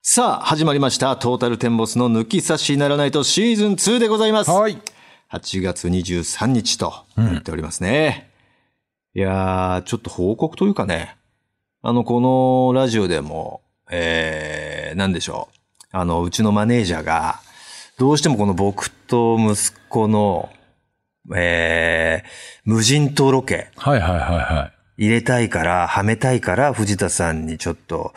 さあ、始まりました。トータルテンボスの抜き差しならないとシーズン2でございます。はい。 8月23日となっておりますね。いやー、ちょっと報告というかね。あの、このラジオでも、えー、なんでしょう。あの、うちのマネージャーが、どうしてもこの僕と息子の、えー、無人島ロケはいはいはいはい。入れたいから、はめたいから、藤田さんにちょっと、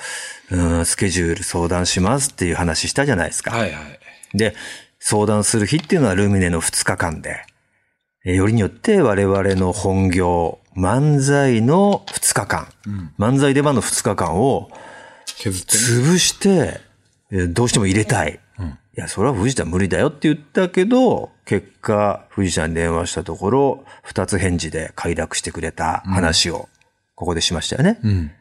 うん、スケジュール相談しますっていう話したじゃないですか。はいはい。で、相談する日っていうのはルミネの2日間で、えーよりによって我々の本業、漫才の2日間、漫才出番の2日間を削ってね。潰して、えーどうしても入れたい。いや、それは藤田無理だよって言ったけど、結果、藤田に電話したところ、2つ返事で快諾してくれた話を、ここでしましたよね。うん。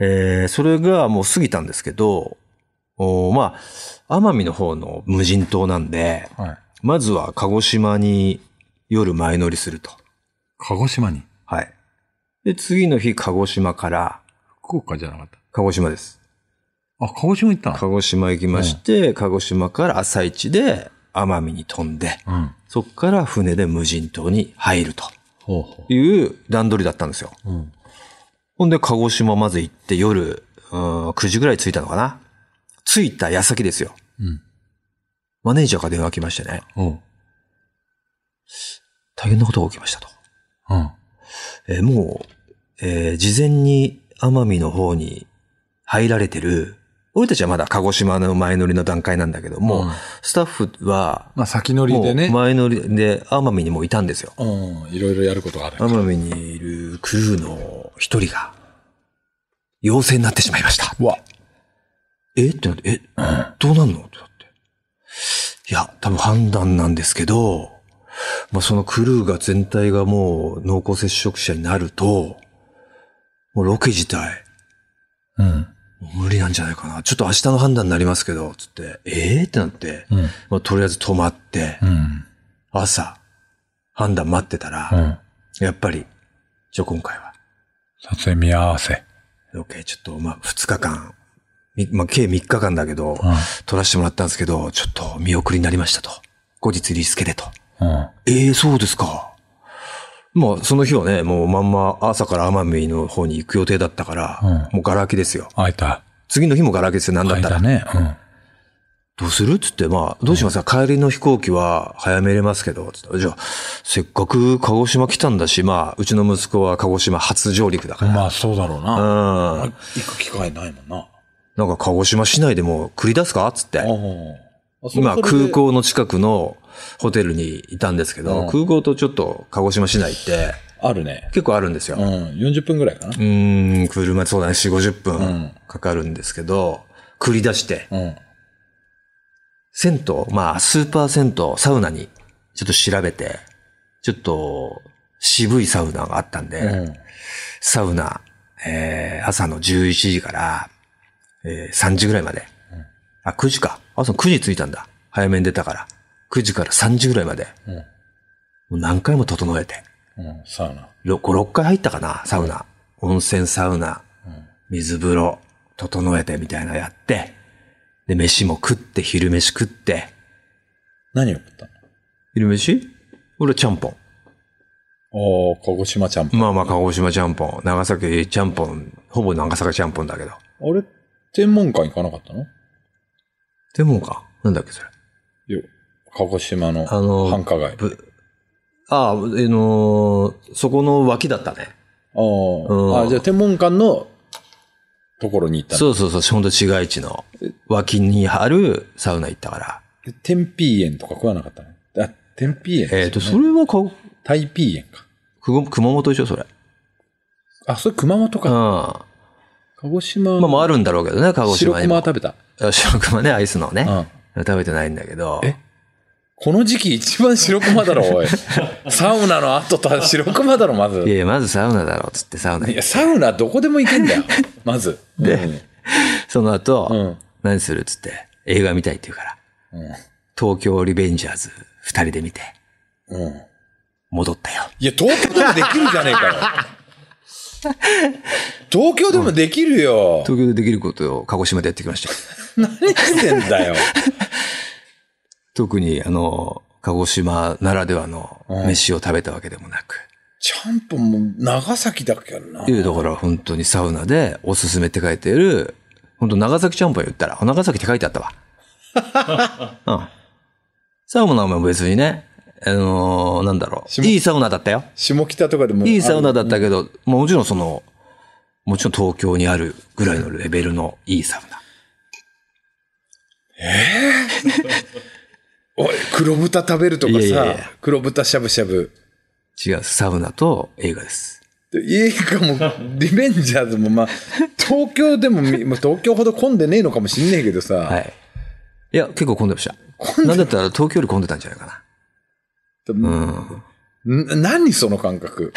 えーそれがもう過ぎたんですけど、おーまあ、奄美の方の無人島なんで、はい。まずは鹿児島に夜前乗りすると。鹿児島に。はい。で、次の日、鹿児島から、福岡じゃなかっ鹿児島です。た。あ、鹿児島行った鹿の児島行きまして、鹿児島から朝一で奄美に飛んで、うん。そっから船で無人島に入るとほうほいう段取りだったんですよ。う。うん。ほんで、鹿児島まず行って夜、うーん、9時ぐらい着いたのかな。着いた矢先ですよ。うん。マネージャーが電話来ましてね、おう。大変なことが起きましたと。うん。えーもう、えー事前に奄美の方に入られてる、俺たちはまだ鹿児島の前乗りの段階なんだけども、うんスタッフは、まあ先乗りもでうね。前乗りで奄美にもういたんですよ。うん。いろいろやることがある。奄美にいるクルーの一人が、陽性になってしまいました。わ。えってなって、え、どうなんのってなって。いや、多分判断なんですけど、まあ、そのクルーが全体がもう濃厚接触者になると、もうロケ自体、うん。もう無理なんじゃないかな。ちょっと明日の判断になりますけど、つって、えー、ってなって、うん。まあ、とりあえず泊まってう、ん。朝、判断待ってたうら、ん。やっぱり、じゃあ今回は、撮影見合わせ。ロケちょっと、まあ、2日間、みまあ、計3日間だけど、う撮らせてもらったんですけど、ちょっと見送りになりましたと。後日リスケでと。ん。うん。ええそうですか。まあ、その日はね、もうまんま朝から奄美の方に行く予定だったから、うんもうガラ空きですよ。開いた。次の日もガラ空きですよ、なんだ開っいたら。たね。どうするっつって、まあ、どうしますか、帰りの飛行機は早めれますけど、つってじゃあ、せっかく鹿児島来たんだし、まあ、うちの息子は鹿児島初上陸だうかん。ら。まあそうだろうな。うん。行く機会ないもんな。なんか鹿児島市内でも繰り出すかっつって。あ今、空。港の近くのホテルにいたんですけど、うん空港とちょっと鹿児島市内ってあるね。結構あるんですよ。うん。40分ぐらいかなう。ーん、車でそうだね、4、50分んかかるんですけど、繰り出して、うん。銭湯、まあ、スーパー銭湯、サウナにちょっと調べて、ちょっと渋いサウナがあったんで、うん。サウナ、えー、朝の11時から、えー、3時ぐらいまで。あ、9時か。朝9時着いたんだ。早めに出たから。9時から3時ぐらいまで。うんもう何回も整えて。うん。サウナ。 5、6回入ったかな、サウナ。温泉サウナ、水風呂、整えてみたいなのやって。で、飯も食って、昼飯食って。何を食ったの昼飯俺ちゃんぽん。おー、鹿児島ちゃんぽん。まあまあ、鹿児島ちゃんぽん、長崎ちゃんぽん、ほぼ長崎ちゃんぽんだけど。あれ、天文館行かなかったのでもか。なんだっけ、それ。いや鹿児島のあの繁華街。あぶああ、あのーそこの脇だったね。ーうあ、んじゃあ天文館のところに行ったのそうそうそう、ほんと市街地の脇にあるサウナ行ったから。で天ピー園とか食わなかったね。あ、天ピー園えっ、と、それはか、タイピー園か。くご熊本でしょ、それ。あ、それ熊本うん。か。ま鹿児島あ、もうあるんだろうけどね、鹿児白島に熊はも。食べた。あ白熊ね、アイスのね。うん。食べてないんだけど。えこの時期一番白熊だろ、おい。 サウナの後と白熊だろ、まずい。やいや、まずサウナだろ、つってサウナい行っや、サウナどこでも行けんだよ。まず。で、て。その後、うん。うん。何するっつって、映画見たいって言うから。東京リベンジャーズ二人で見て、うん。戻ったよ。いや、東京でもできるじゃねえかよ。東京でもできるよ。東京でできることを鹿児島でやってきましたよ。何してんだよ。 特に、あの、鹿児島ならではのうん飯を食べたわけでもなく。ちゃんぽんも長崎だっけな。いうだから本当にサウナでおすすめって書いてる、本当長崎ちゃんぽん言ったら、あ長崎って書いてあったわ。 うん。サウナも別にね、あのーなんだろう。下いいサウナだったよ。下北とかでも。いいサウナだ。だったけど、もちろんその、もちろん東京にあるぐらいのレベルのいいサウナ。おい、黒豚食べるとかさ、いやいやいや黒豚しゃぶしゃぶ。違う、サウナと映画です。で映画も、リベンジャーズも、まあ、東京でもみ、まあ東京ほど混んでねえのかもしんねえけどさ、はい。いや、結構混んでました。なんだったら東京より混んでたんじゃないかでな。もうん。ん何その感 覚。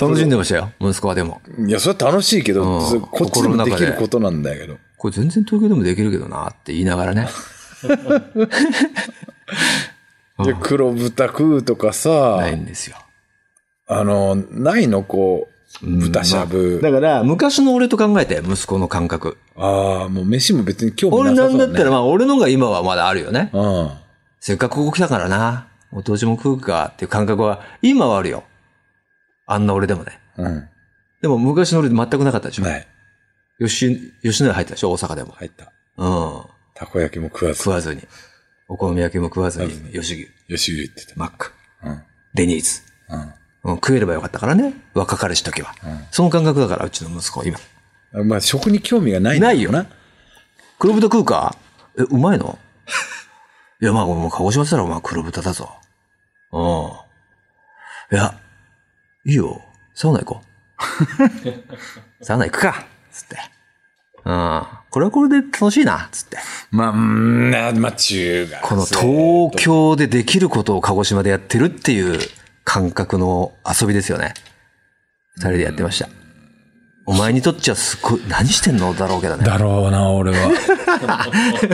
楽しんでましたよ、息子はでも。いや、それは楽しいけど、うんそれこっちで心のもで中きでることなんだけど。これ全然東京でもできるけどなって言いながらね。で黒豚食うとかさ、ないんですよ。あの、ないのこう、豚しゃぶ。だから、昔の俺と考えて、息子の感覚。ああ、もう飯も別に興味俺なさなそんうだ、だっね。たら、まあ俺のが今はまだあるよね。うん。せっかくここ来たからな。お父ちも食うかっていう感覚は、今はあるよ。あんな俺でもね。うん。でも昔の俺全くなかったでしょ。ない。吉吉野家入ったでしょ、大阪でも。入った。うん。たこ焼きも食わず。食わずに。お好み焼きも食わずに、吉牛、よしゆ言ってた。マック、うん。デニーズ。ううん。ん、食えればよかったからね。若彼氏時は。その感覚だから、うちの息子、今。まあ、食に興味がないんだろうない。黒豚食うかえ、うまいのいや、まあ、お前鹿児島って言ったら、お前黒豚だぞ。うん。いや、いいよ。サウナ行こ う。サウナ行くか。つって。うん。これはこれで楽しいな。つって。まあ、うんなまあ、中学生。この東京でできることを鹿児島でやってるっていう感覚の遊びですよね。二人でやってました。お前にとっちゃすごい、何してんのだろうけどね。だろうな、俺は。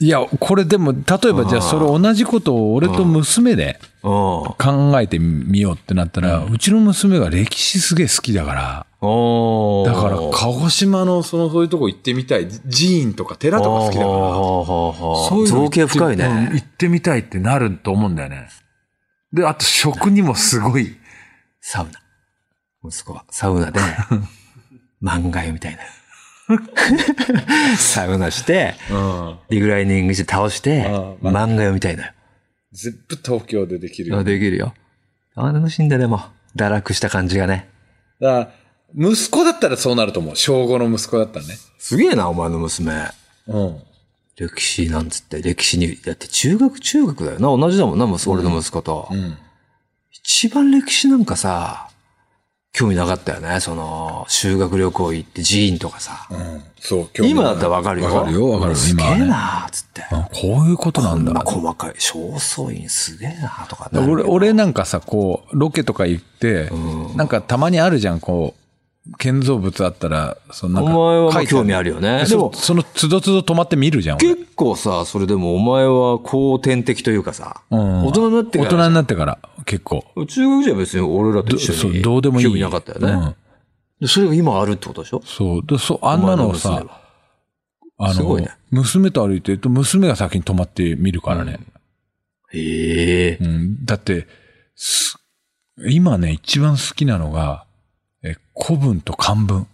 いや、これでも、例えばじゃあそれ同じことを俺と娘でうん。考えてみようってなったら、うちの娘が歴史すげえ好きだから、おだからか鹿児島の、その、そういうとこ行ってみたい。寺院とか寺とか好きだから。そそういうの造形深いうんね。行ってみたいってなると思うんだよね。で、あと食にもすごい。サウナ。息子はサウナで、漫画読みたいな。 サウナして、うん。リグライニングして倒して、う漫ん画読みたいな。全部東京でできるよ。あできるよ。あ楽しいんだよでも。堕落した感じがね。だから息子だったらそうなると思う。小5の息子だったらね。すげえな、お前の娘。うん。歴史なんつって、歴史に、だって中学、中学だよな。同じだもんな、息子俺の息子と。うん。一番歴史なんかさ、興味なかったよね。その、修学旅行行って寺院とかさ。うん。そう、興味今ないだったらわかるよ。わかるよわかるよすげ今はねえなーっつって。あこういうことなんだまあ。細かい、正倉院すげえなーとかなるけ俺ど。俺なんかさこうロケとか行って、なんかたまにあるじゃんこう建造物あったらそのおなんか前はま書あいてる興味あるよね。でそも、そのつどつど止まって見るじゃん俺結構さ、それでもお前は後天的というかさ、うん大人になって大からじ人ゃん。になってから結構中学時は別に俺らとど一緒そうにどうでもいい興味なかったよね。うんでそれが今あるってことでしょそうでそうあんなのをお前の娘さはあすごの、いね娘と歩いてると娘が先に止まって見るからね、へえうん。だってす今ね一番好きなのがえ古文と漢文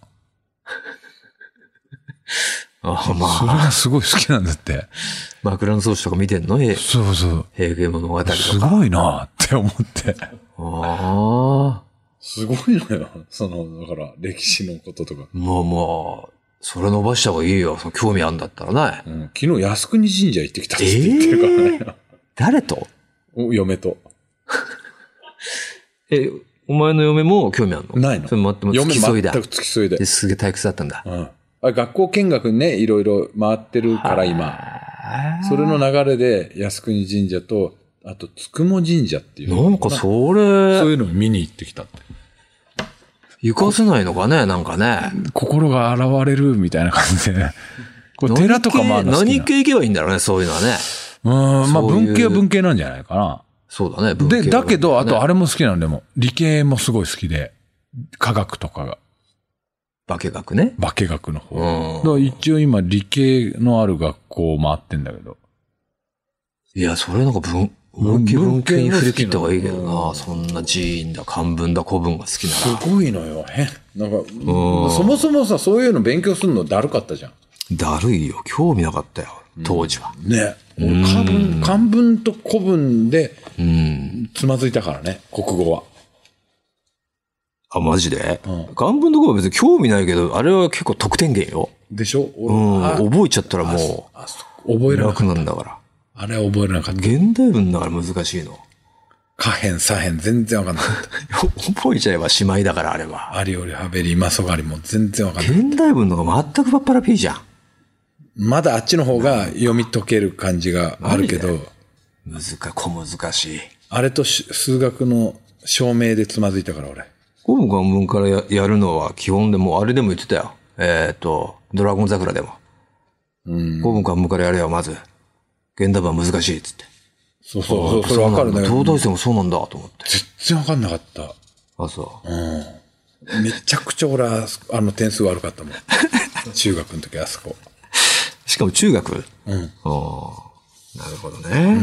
あまそれあ、がすごい好きなんだって枕草子とか見てんのえそうそう平家物語とすか。ごいなって思って。ああ。すごいのよ。その、だから、歴史のこととか。まあまあ、それ伸ばした方がいいよ。その興味あんだったらね。うん、昨日、靖国神社行ってきたっつって言ってるからね。誰とお嫁と。え、お前の嫁も興味あんのないのそれ待って、待っ嫁て、付き全く添いだ。付き添いでで。すげえ退屈だったんだ。うん。あ学校見学にね、いろいろ回ってるから今。それの流れで、靖国神社と、あと、つくも神社っていう。なんかそそうれ、いうの見に行ってきたって。行かせないのかねなんかね。心が洗われるみたいな感じで。こう寺とかもあるの好き何な系行けばいいんだろうね、そういうのはね。うん、まあそういう文系は文系なんじゃないかそうだね。な。文系はで、だけど、あとあれ。れも好きなんでも、理系もすごい好きで、科学とかが。化学ね。化学の方。うだんから一応今理系のある学校回ってんだけど。いや、それなんか文、文文系文系に振り切った方がいいけどうな。そんな寺院だ、漢文だ、古文が好きなら。すごいのよ。へなんか、そもそもさ、そういうの勉強するのだるかったじゃん。だるいよ。興味なかったよ。当時は。ね。俺漢文、漢文と古文でうん。つまずいたからね、国語は。あ、マジでうん漢文とかは別に興味ないけど、あれは結構得点源よ。でしょう俺ん。あ覚えちゃったらもあそ覚えう、られなか楽っなんだから。た。あれ覚えられなかった。現代文だから難しいの。下辺、左辺、全然わかんなかった。覚えちゃえばしまいだから、あれは。ありよりはべり、今そがりも全然わかんない。現代文のが全くばっぱらピーじゃん。まだあっちの方が読み解ける感じがあるけど、難か、小難しい。あれとし数学の証明でつまずいたから俺。古文漢文からややるのは基本でもうあれでも言ってたよ。えっ、と、ドラゴン桜でも。うん。古文漢文からやれよ、まず。現代文は難しいっつって。そうそう、そうそれわかるね。東大生もそうなんだと思って。全然わかんなかった。あ、そう。うん。めちゃくちゃ俺は、あそあの点数悪かっ たもん。中学の時あそこ。しかも中学うん。あーなるほどね。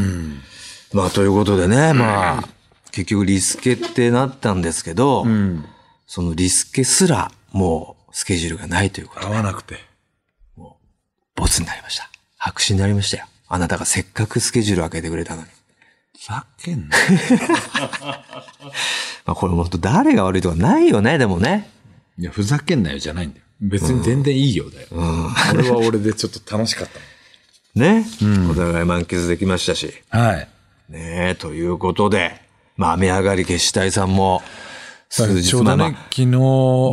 まあ、ということでね、まあ、結局リスケってなったんですけど、うん。そのリスケすら、もう、スケジュールがないということで合わなくて。ボツになりました。白紙になりましたよ。あなたがせっかくスケジュール開けてくれたのに。ふざけんな。まあこれも本当誰が悪いとかないよね、でもね。いや、ふざけんなよじゃないんだよ。別に全然いいよだよ。俺は俺でちょっと楽しかったもん。ね。お互い満喫できましたし。 はい。ねえ、ということで。まあ、雨上がり決死隊さんも、数日ちょうどまあねまあ、昨日、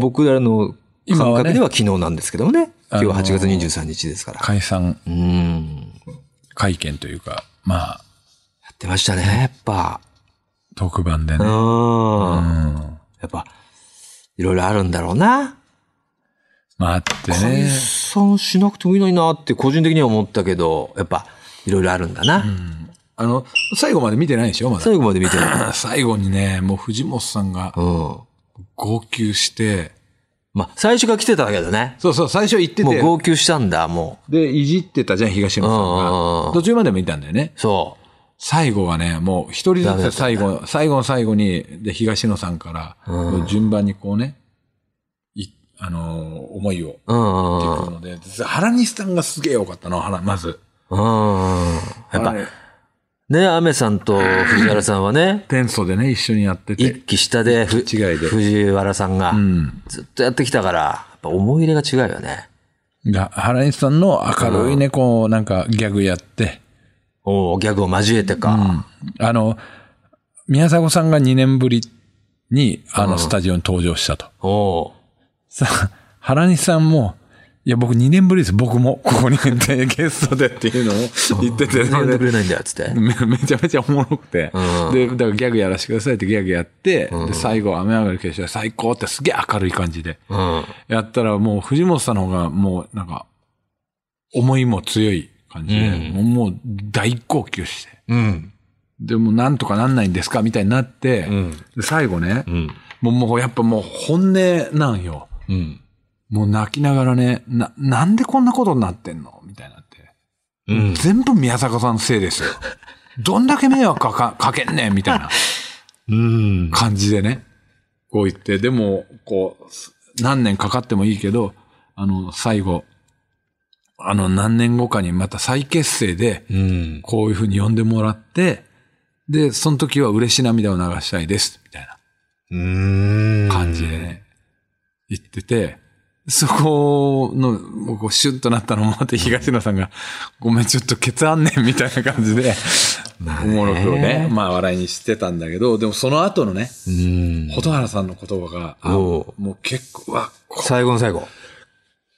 僕らの今感はね覚では昨日なんですけどもね。今あ日のはー8月23日ですから。解散うん。会見というか、まあ、やってましたね、やっぱ。特番でう。ね。うんん。やっぱ、いろいろあるんだろうな。まああって解ね。散しなくてもいいのになって個人的には思ったけど、やっぱ、いろいろあるんだな。あの、最後まで見てないでしょまだ。最後まで見てる。 最後にね、もう藤本さんがうん。号泣して、まあ、最初から来てたわけだね。そうそう、最初行ってもうて、号泣したんだ、もで、いじってたじゃん、東野さうんうんんうんが。途中までもいたんだよねう。。そ最後はね、もう一人ダメだずっつた最後、最後の最後に、で、東野さんから、うん順番にこうね、い、あのー思いを。う。うんっうてんくるので、実は原西さんがすげえ良かったの、原、まず。うん。うん。やっぱあ、れね、アメさんと藤原さんはね、テンソでね、一緒にやって一て。期下で、ふ一期違いで藤原さんがう、ん。ずっとやってきたから、やっぱ思い入れが違うよね。が原西さんの明るいね、こう、なんかギャグやって、おおギャグを交えてか。あの、宮迫さんが2年ぶりに、あの、スタジオに登場したと。おさあ、原西さんも、いや、僕2年ぶりです。僕も、ここにでゲストでっていうのを言ってて、お呼んでくれないんだよ、つって。めめちゃめちゃおもろくて、うんでだからギャグやらせてくださいってギャグやって、で最後雨上がり決勝最高ってすげえ明るい感じでうん。やったらもう藤本さんの方がもうなんか思いも強い感じで、もうもう大号泣してうん。でもうなんとかなんないんですかみたいになって、んで最後ね、うん。もうもうやっぱもう本音なんようん。もう泣きながらねななんでこんなことになってんのみたいになって。うん。全部宮坂さんのせいで すよ。どんだけ迷惑かかかけんねんみたいなうん。感じでね。こう言って、でも、こう、何年かかってもいいけど、あの、最後、あの、何年後かにまた再結成で、うん。こういうふうに呼んでもらって、で、その時は嬉し涙を流したいです、みたいうんな感じでね、言ってて、そこの、もうこうシュッとなったのもあって、東野さんが、ごめん、ちょっとケツあんねん、みたいな感じで、おもろくをね、まあ笑いにしてたんだけど、でもその後のね、うん。蛍原さんの言葉が、あおうもう結構、わ、こ最後の最後。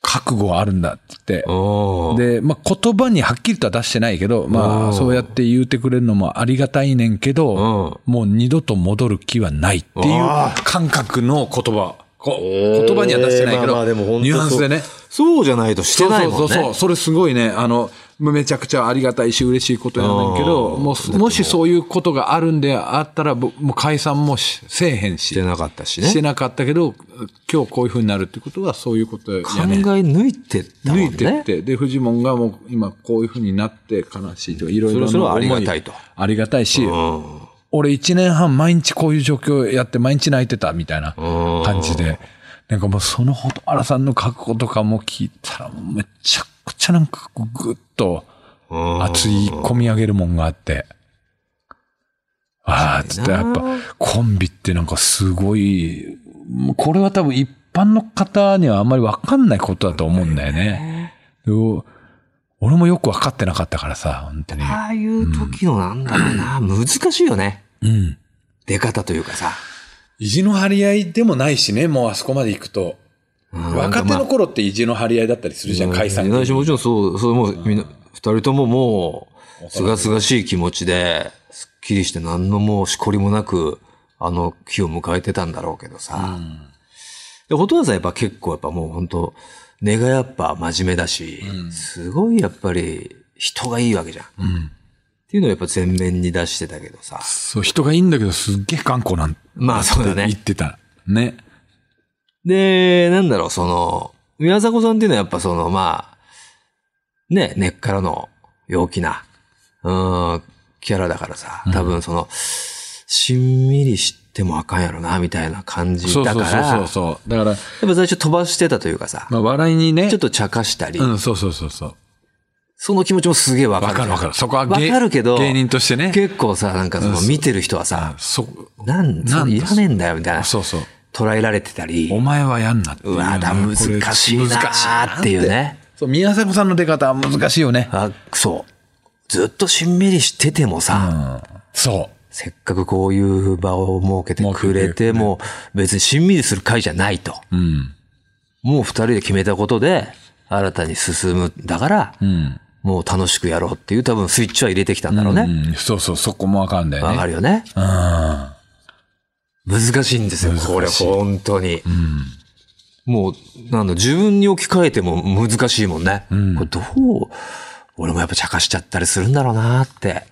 覚悟はあるんだってお言って、で、まあ、言葉にはっきりとは出してないけど、まおーあ、そうやって言うてくれるのもありがたいねんけど、うんもう二度と戻る気はないっていうわ感覚の言葉。こ言葉には出してないけまど、あまあでも本当そうニュアンスでね。そうじゃないとしてないもんね。そうそうそうそう、それすごいね、あの、めちゃくちゃありがたいし嬉しいことやねんけど、あーもう、もしそういうことがあるんであったら、ぼもう解散もしせえへんしして、なかったしね。してなかったけど、今日こういうふうになるってことはそういうことや考えねん。抜いてったもんね。抜いてって、で、フジモンがもう今こういうふうになって悲しいとか、いろいそろれなそれはあり思がたいと。ありがたいし、うん。俺一年半毎日こういう状況やって毎日泣いてたみたいな感じで、なんかもうその蛍原さんの覚悟とかも聞いたらもうめちゃくちゃなんかこうぐっとうん熱い込み上げるもんがあって、ああ、つってやっぱコンビってなんかすごい、もうこれは多分一般の方にはあんまりわかんないことだと思うんだよね。で俺もよくわかってなかったからさ、本当に。ああいう時のなんだろうな、難しいよね。うん。出方というかさ。意地の張り合いでもないしね、もうあそこまで行くうと。ん若手なんのか頃って意地の張り合いだったりするじゃん、まあ解散ないしもちろんそう、それもみんな、二人とももう、すがすがしい気持ちで、すっきりして何のもうしこりもなく、あの日を迎えてたんだろうけどさ。で、ほとわさんやっぱ結構やっぱもう本当根がやっぱ真面目だし、すごいやっぱり人がいいわけじゃん。っていうのをやっぱ前面に出してたけどさ。そう、人がいいんだけどすっげえ頑固なんまあそうだね言ってた。ね。で、なんだろう、その、宮迫さんっていうのはやっぱその、まあ、ね、根っからの陽気な、うーん、キャラだからさ、多分その、しんみりしてもあかんやろな、みたいな感じそうだそかうら、そうそうやっそう。だから、ぱ最初飛ばしてたというかさ、まあ笑いにね、ちょっと茶化したり、うん、そうそうそうそう。その気持ちもすげえわかわる。かるわかる。そこは芸わかるけど芸人としてね。結構さ、なんかその見てる人はさ、そ、なん、なそんれいらねえんだよ、みたいな、そうそう。捉えられてたりお、前はやんなっていうんわ、だ、難しいなーっていうね。そう、宮迫さんの出方は難しいよね。あ、そう。ずっとしんみりしててもさ、そせっかくこういう場を設けてくれても、別にしんみりする会じゃないと。うん。もう二人で決めたことで、新たに進む。だから、うん。もう楽しくやろうっていう多分スイッチは入れてきたんだろうね。うん。そうそう、そこもわかんだよわ、かね。るよね。うん。難しいんですよ、これ、本当に。もう、なんだ、自分に置き換えても難しいもんね。これどう、俺もやっぱ茶化しちゃったりするんだろうなって。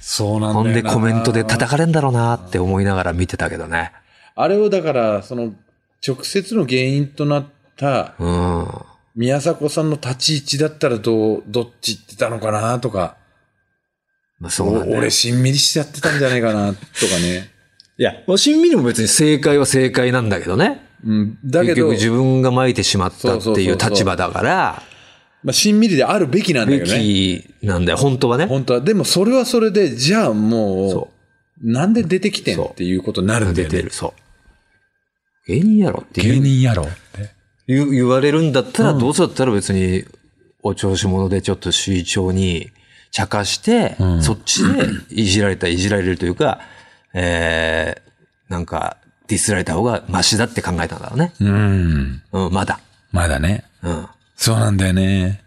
そうなんだほよんな。でコメントで叩かれんだろうなって思いながら見てたけどね。あれをだから、その、直接の原因となった、うん。宮迫さんの立ち位置だったらどう、どっち行ってたのかなとか、まあ、そうだお俺ね。しんみりしちゃってたんじゃないかなとかね。いや、もうしんみりも別に正解は正解なんだけどね。うん、だけ結ど局、自分が撒いてしまったってそういそううそう立場だから、まあ、しんみりであるべきなんだべけどね。きなんだよ、本当はね。本当は。でもそれはそれで、じゃあも、そうなんで出てきてんそうっていうことになるんう。だ出よてね。る、そう。芸人やろって芸言う人やろって。言う言われるんだったら、どうせだったら別に、お調子者でちょっと慎重に茶化して、そっちでいじられた、いじられるというか、えー、なんか、ディスられた方がマシだって考えたんだろうね。うん。うん、まだ。まだね。うん。いや、そうなんだよね。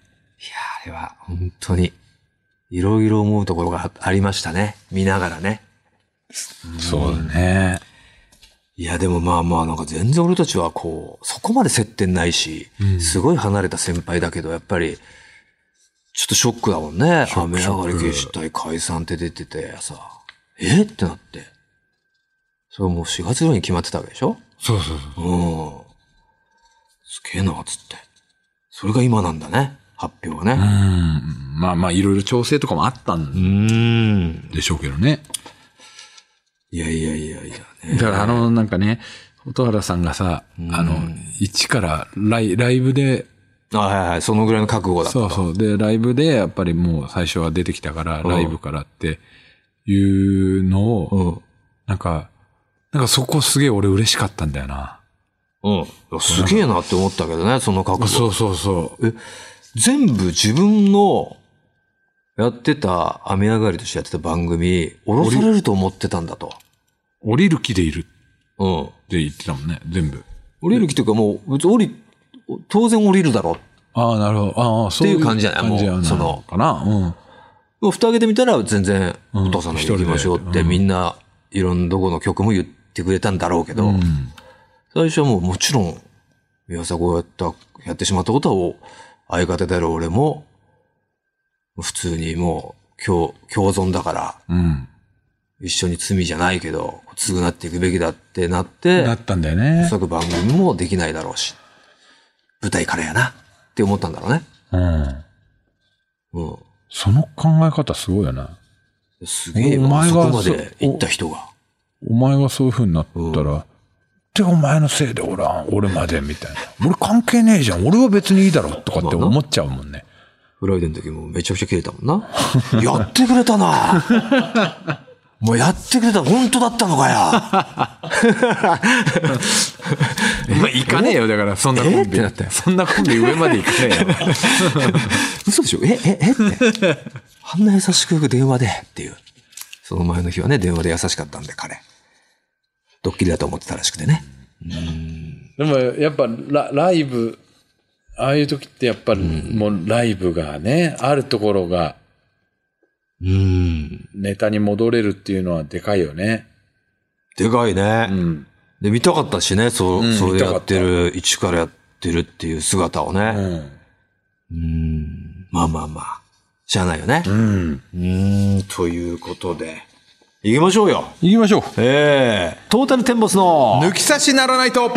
あれは本当に、いろいろ思うところがありましたね。見ながらね。そうだね。いや、でもまあまあ、なんか全然俺たちはこう、そこまで接点ないし、すごい離れた先輩だけど、やっぱり、ちょっとショックだもんね。雨上がり決死隊解散って出ててさ、えってなって。それもう4月ぐらいに決まってたわけでしょそうそうそう。うん。すげえな、つって。それが今なんだね、発表はうね。ん。まあまあ、いろいろ調整とかもあったうんーん。でしょうけどね。いやいやいやいやね。だからあの、なんかね、蛍原さんがさ、あの、一からライライブで、あはいはい、そのぐらいの覚悟だったそうそう。で、ライブで、やっぱりもう最初は出てきたから、ライブからっていうのを、うん。なんか、なんかそこすげえ俺嬉しかったんだよな。うん。すげえなって思ったけどね、その覚悟。そうそうそう。全部自分のやってた、雨上がりとしてやってた番組、降ろされると思ってたんだと。降りる気でいるっうん。て言ってたもんね、全部。降りる気というかもう、別に降り、当然降りるだろああ、なるほど。ああ、そうっていう感じじゃないもうなそのかな。うん。う。もう蓋開けてみたら全然、んお父さんの行きましょうって、みんな、いろんなどこの曲も言ってくれたんだろうけど、最初はもうもちろん、宮迫がやった、やってしまったことを、相方である俺も、う普通にもう共共存だから、うん。一緒に罪じゃないけど、償っていくべきだってなって、なったんだよねお。そらく番組もできないだろうし、舞台からやなって思ったんだろうね。うん。うん。その考え方すごいよね。すげえよ、お前がそこまそで行った人が。お前がそういう風になったら、で、お前のせいでおらん、俺まで、みたいな。俺関係ねえじゃん、俺は別にいいだろ、とかって思っちゃうもんね。フライデーの時もめちゃくちゃ切れたもんな。やってくれたなもうやってくれた、本当だったのかよまあ、行かねえよ、だから、そんなコンビ。えってなったよそんなコンビ上まで行かねえよ。嘘でしょえ、え、えって。あんな優しく電話でっていう。その前の日はね、電話で優しかったんで、彼。ドッキリだと思ってたらしくてね。でもやっぱラライブ、ああいう時ってやっぱりもうライブがね、あるところがうん。ネタに戻れるっていうのはでかいよね。でかいね。うん。で、見たかったしね、そう、うんそれ見たかやっったてる、一からやってるっていう姿をうね。ん。うん。まあまあまあ。しゃあないよね。うん。うーん、ということで。行きましょうよ。行きましょう。ええトータルテンボスの抜き差しならないと。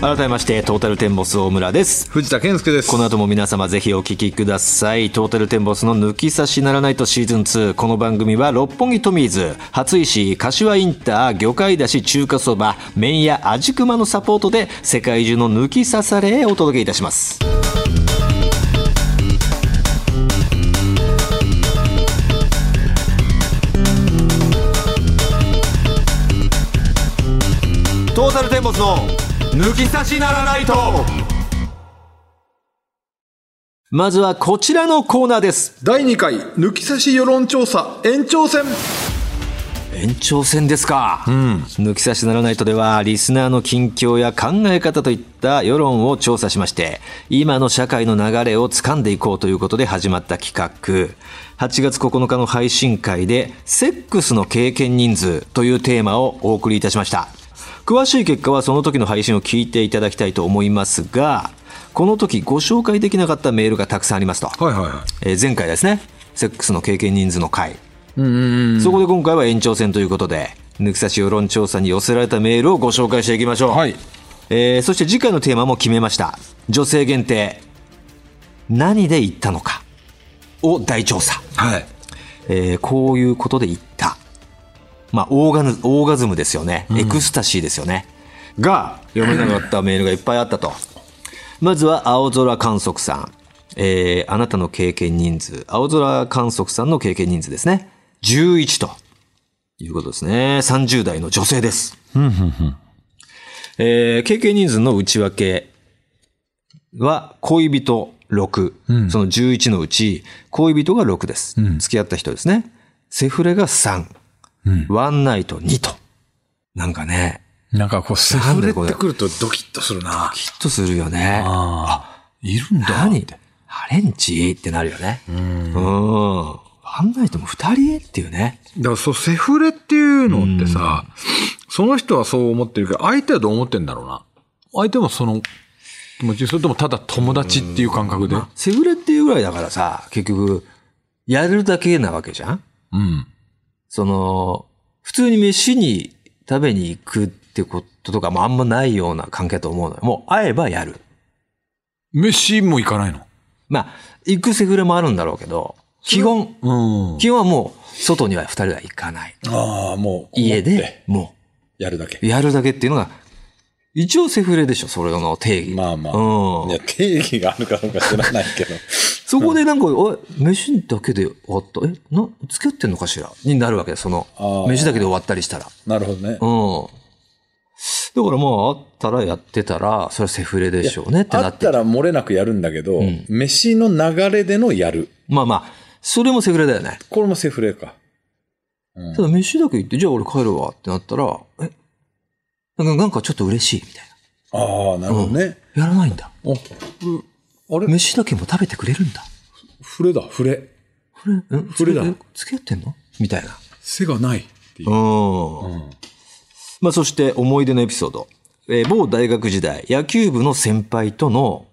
改めましてトータルテンボス大村です藤田健介ですこの後も皆様ぜひお聞きくださいトータルテンボスの抜き差しならないとシーズン2この番組は六本木トミーズ初石柏インター魚介だし中華そば麺屋味熊のサポートで世界中の抜き差されへお届けいたしますトータルテンボスの抜き差しならないとまずはこちらのコーナーです第2回、抜き差し世論調査延長戦延長戦ですか、抜き差しならないとではリスナーの近況や考え方といった世論を調査しまして今の社会の流れをつかんでいこうということで始まった企画8月9日の配信会で「セックスの経験人数」というテーマをお送りいたしました詳しい結果はその時の配信を聞いていただきたいと思いますがこの時ご紹介できなかったメールがたくさんありますと、はいはいはえー前回ですねセックスの経験人数の回そこで今回は延長戦ということで抜き差し世論調査に寄せられたメールをご紹介していきましょう、はいえーそして次回のテーマも決めました女性限定何で言ったのかを大調査、い。はい。えーこういうことで言ったまあオーガズオーガズムですよね、エクスタシーですよねが読めなかったメールがいっぱいあったとまずは青空観測さん。えー、あなたの経験人数。青空観測さんの経験人数ですね。11ということですね。30代の女性です。えー、経験人数の内訳は、恋人6、その11のうち、恋人が6です。付き合った人ですね。セフレが3、ワンナイト2と。なんかね、なんかこう、セなんフだレよこれ。来るとドキッとするな。ヒットするよね。あいるんだ。何ハレンチってなるよね。うん。ワンナイトも二人っていうね。だからそう、セフレっていうのってさ、その人はそう思ってるけど、相手はどう思ってんだろうな。相手もその気持ち、それともただ友達っていう感覚で。セフレっていうぐらいだからさ、結局、やるだけなわけじゃんうん。その、普通に飯に食べに行くってこととかもあんまないような関係だと思うのよ。もう会えばやる。飯も行かないまあ、行くセフレもあるんだろうけど、基本、の。うん。基本はもう、外には二人は行かない。ああ、もう。家で、もやるだけう、。やるだけっていうのが、一応セフレでしょ、それの定義。まあまあ。うん。いや、定義があるかどうか知らない けど。そこでなんか、おい飯だけで終わった。え、な、付き合ってんのかしらになるわけよそのあ、ー飯だけで終わったりしたら。なるほどねう。ん。だからまあ、あったらやってたら、それはセフレでしょうねってあなっってた。ら漏れなくやるんだけど、ん飯の流れでのやる。まあまあ、それもセフレだよね。これもセフレか。ただ飯だけ行って、じゃあ俺帰るわってなったら、え、なんかなんかちょっと嬉しいみたいああ、なるほどね。な。やらないんだ。おあれ飯だけも食べてくれるんだ。フレだ、フレ。これ、うんこれだ付き付き合ってんのみたいな。背がないっていうう。ん。まあ、そして思い出のエピソード。えー某大学時代、野球部の先輩との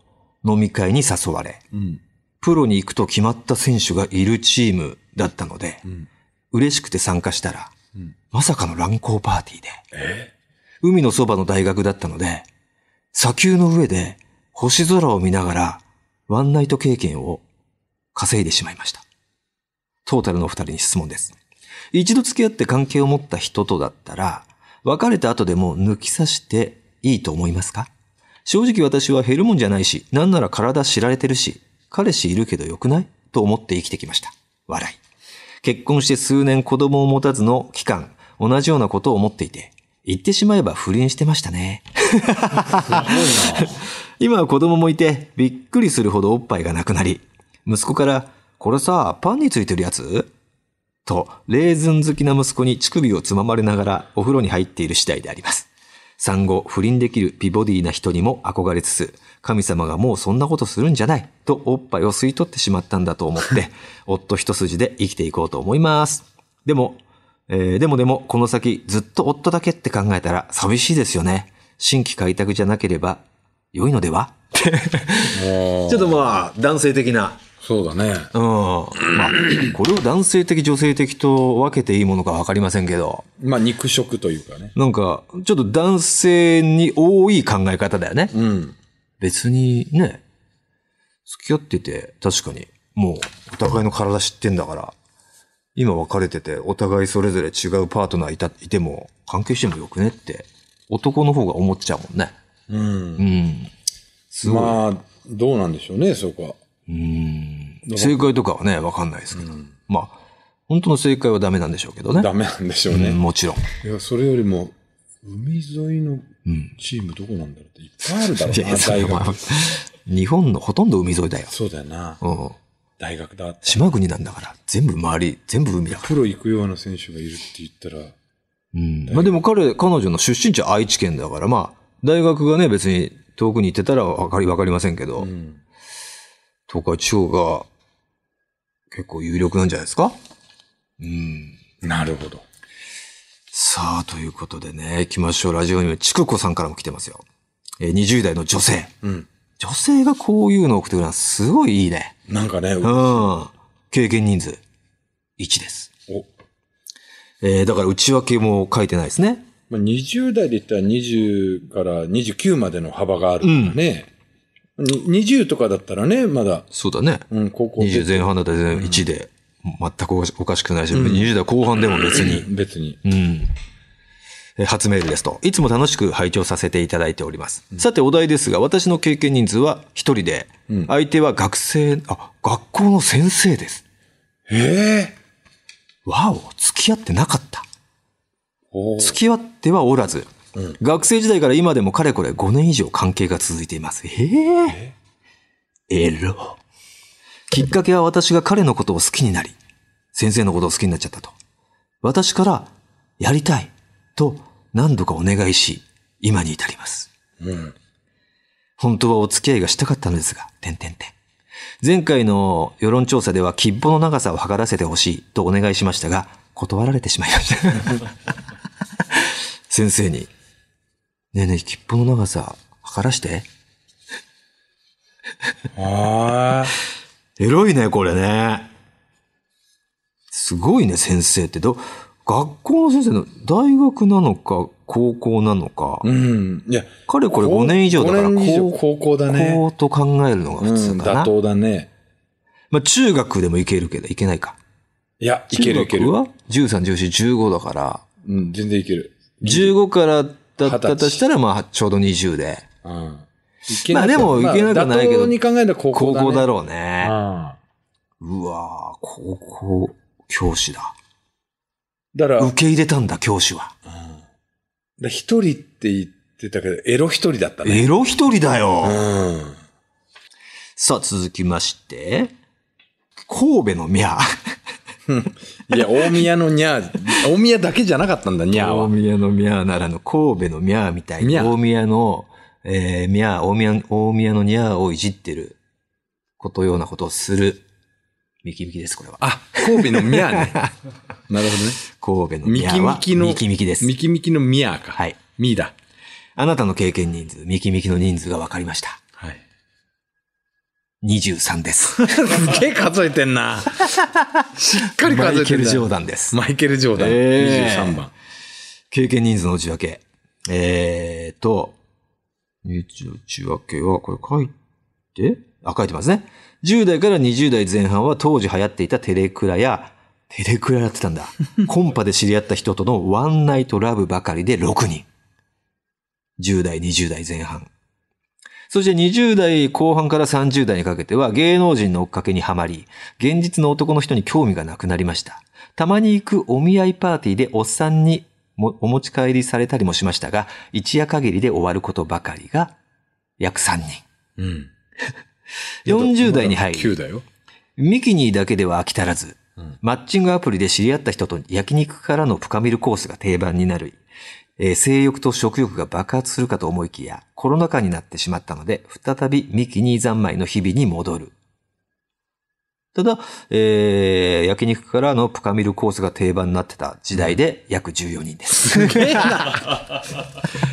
飲み会に誘われ、んプロに行くと決まった選手がいるチームだったので、ん嬉しくて参加したら、まさかの乱交パーティーで、海のそばの大学だったので、砂丘の上で星空を見ながらワンナイト経験を稼いでしまいました。トータルのお二人に質問です。一度付き合って関係を持った人とだったら、別れた後でも抜き差していいと思いますか正直私は減るもんじゃないし、なんなら体知られてるし、彼氏いるけどよくないと思って生きてきました。笑い。結婚して数年子供を持たずの期間、同じようなことを思っていて、言ってしまえば不倫してましたね。 今は子供もいて、びっくりするほどおっぱいがなくなり、息子から、これさ、パンについてるやつと、レーズン好きな息子に乳首をつままれながらお風呂に入っている次第であります。産後、不倫できる美ボディな人にも憧れつつ、神様がもうそんなことするんじゃないとおっぱいを吸い取ってしまったんだと思って、 夫一筋で生きていこうと思います。でも、えーでもでも、この先ずっと夫だけって考えたら寂しいですよね。新規開拓じゃなければ良いのではってちょっとまあ、男性的なそうだね。うん。まあ、これを男性的、女性的と分けていいものか分かりませんけど、まあ、肉食というかね。なんか、ちょっと男性に多い考え方だよね。うん。別にね、付き合ってて、確かに、もう、お互いの体知ってんだから、今別れてて、お互いそれぞれ違うパートナーいた、いても、関係してもよくねって、男の方が思っちゃうもんね。うん。うん。すごい。まあ、どうなんでしょうね、そこは。うん。正解とかはね、分かんないですけど。まあ、本当の正解はダメなんでしょうけどね。ダメなんでしょうね。うんもちろん。いや、それよりも、海沿いのうんチームどこなんだろうっていっぱいあるだろいうやな、それ大は学。日本のほとんど海沿いだよ。そうだよな。うん。大学だって。島国なんだから、全部周り、全部海だから。プロ行くような選手がいるって言ったら、うん。まあでも彼、彼女の出身地は愛知県だから、まあ、大学がね、別に遠くに行ってたらわかり、わかりませんけど、うん。東海地方が結構有力なんじゃないですかうん。なるほど。さあ、ということでね、行きましょう。ラジオにはちくこさんからも来てますよ。えー、20代の女性。うん。女性がこういうのを送ってくるのはすごいいいね。なんかね、お、うん。経験人数、1です。えーだから内訳も書いてないですね。まあ、20代で言ったら20から29までの幅があるからね。に20とかだったらね、まだ、そうだね。うん、高校20前半だったら全然1で、全くおかしおかしくないし、20代後半でも別に。別に。うん。えー初メールですと。いつも楽しく拝聴させていただいております。さてお題ですが、私の経験人数は1人で、うん相手は学生、あ、学校の先生です。ええわお、付き合ってなかった。おー付き合ってはおらず、学生時代から今でもかれこれ5年以上関係が続いています。ええエロ。きっかけは私が彼のことを好きになり、先生のことを好きになっちゃったと。私から、やりたい、と何度かお願いし、今に至ります。うん。本当はお付き合いがしたかったのですが、てんてんてん。前回の世論調査では、吉報の長さを測らせてほしいとお願いしましたが、断られてしまいました。 先生に、ねえねえ、吉報の長さ測らして。ああ。エロいね、これね。すごいね、先生って。ど、学校の先生の、大学なのか、高校なのか。うん。いや、かれこれ5年以上だから、 5年以上高高校だね。校と考えるのが普う通ん、かな妥。当だね。まあ、中学でもいけるけど、いけないか。いや、いけるいける中。学は ?13、14、15だから、うん、全然いける。 15からだった20としたら、まあ、ちょうど20で。うん。まあでもいけなくはないけど妥当に考えたら高高校だね。校だろうね。ああうわぁ、高校教師だ。だから、受け入れたんだ、教師は。で一人って言ってたけど、エロ一人だったね。エロ一人だうよ。ん。さあ、続きまして、神戸のミャー。いや、大宮のニャー、大宮だけじゃなかったんだ、ニャー大は。宮のミャーならぬ神戸のミャーみたいミに、ャー大宮の、えー、ミャー、大宮、大宮のニャーをいじってることようなことをするミキミキです、これは。あ、神戸のミ ヤね。なるほどね。神戸のミキミキの、ミキミキです。ミキミキのミヤか。はい。ミーだ。あなたの経験人数、ミキミキの人数が分かりました。はい。 23です。 すげえ数えてん な。しっかりマ数イえてケんル・なジョーダンです。マイケル・ジョーダン。ええ23番。経験人数の内訳。えーと、内訳は、これ書いてあ、書いてますね。10代から20代前半は当時流行っていたテレクラや、テレクラやってたんだ。コンパで知り合った人とのワンナイトラブばかりで6人。10代、20代前半。そして20代後半から30代にかけては芸能人の追っかけにはまり、現実の男の人に興味がなくなりました。たまに行くお見合いパーティーでおっさんにもお持ち帰りされたりもしましたが、一夜限りで終わることばかりが約3人。うん。 40代に入り、 9だよ。ミキニーだけでは飽き足らず、マッチングアプリで知り合った人と焼肉からのプカミルコースが定番になる、えー性欲と食欲が爆発するかと思いきや、コロナ禍になってしまったので、再びミキニー三昧の日々に戻る。ただ、えー焼肉からのプカミルコースが定番になってた時代で約14人です。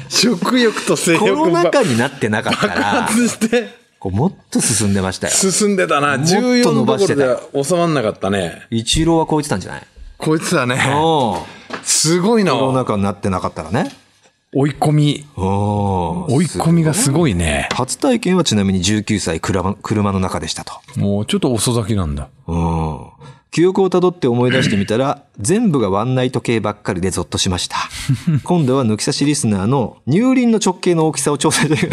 食欲と 性コ欲ロナが禍になってなかった ら、外して、こうもっと進んでましたよ。進んでたな。もっと14伸のばとしてころたよで収まんなかったね。一郎は超えてたんじゃないこいつだね。おーすごいな。コロナ禍になってなかったらね。追い込み、おー追い込みがすごいね。初体験はちなみに19歳車車の中でしたと。もうちょっと遅咲きなんだ。うん。記憶をたどって思い出してみたら、全部がワンナイト系ばっかりでゾッとしました。今度は抜き差しリスナーの乳輪の直径の大きさを調査して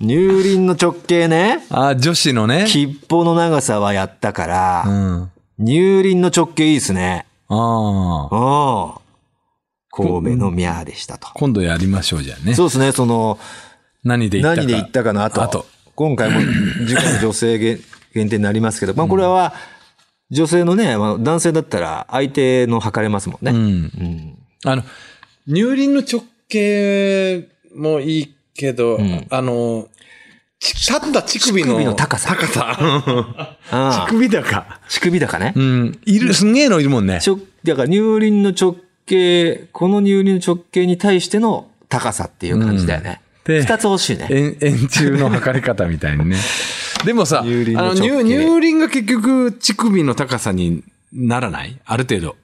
乳輪の直径ね。あ、女子のね。吉報の長さはやったから、うん。乳輪の直径いいですね。ああ。うん。神戸のミャーでしたと。今度やりましょうじゃんね。そうですね、その、何で言ったか。何で言ったかの後。あと 今回も次回の女性限限定になりますけど、まあこれは女性のね、まあ、男性だったら相手の測れますもんね。うん。うんあの、乳輪の直径もいいけど、んあの、ち立った乳首の乳首の高さ高さ。 ああ乳首高。乳首だかねう。ん。いる、すんげえのいるもんね。直だから乳輪の直径、この乳輪の直径に対しての高さっていう感じだよね。うんで二つ欲しいね。円、円柱の測り方みたい にね。でもさ、乳輪あのの直乳径。乳輪が結局乳首の高さにならないある程度。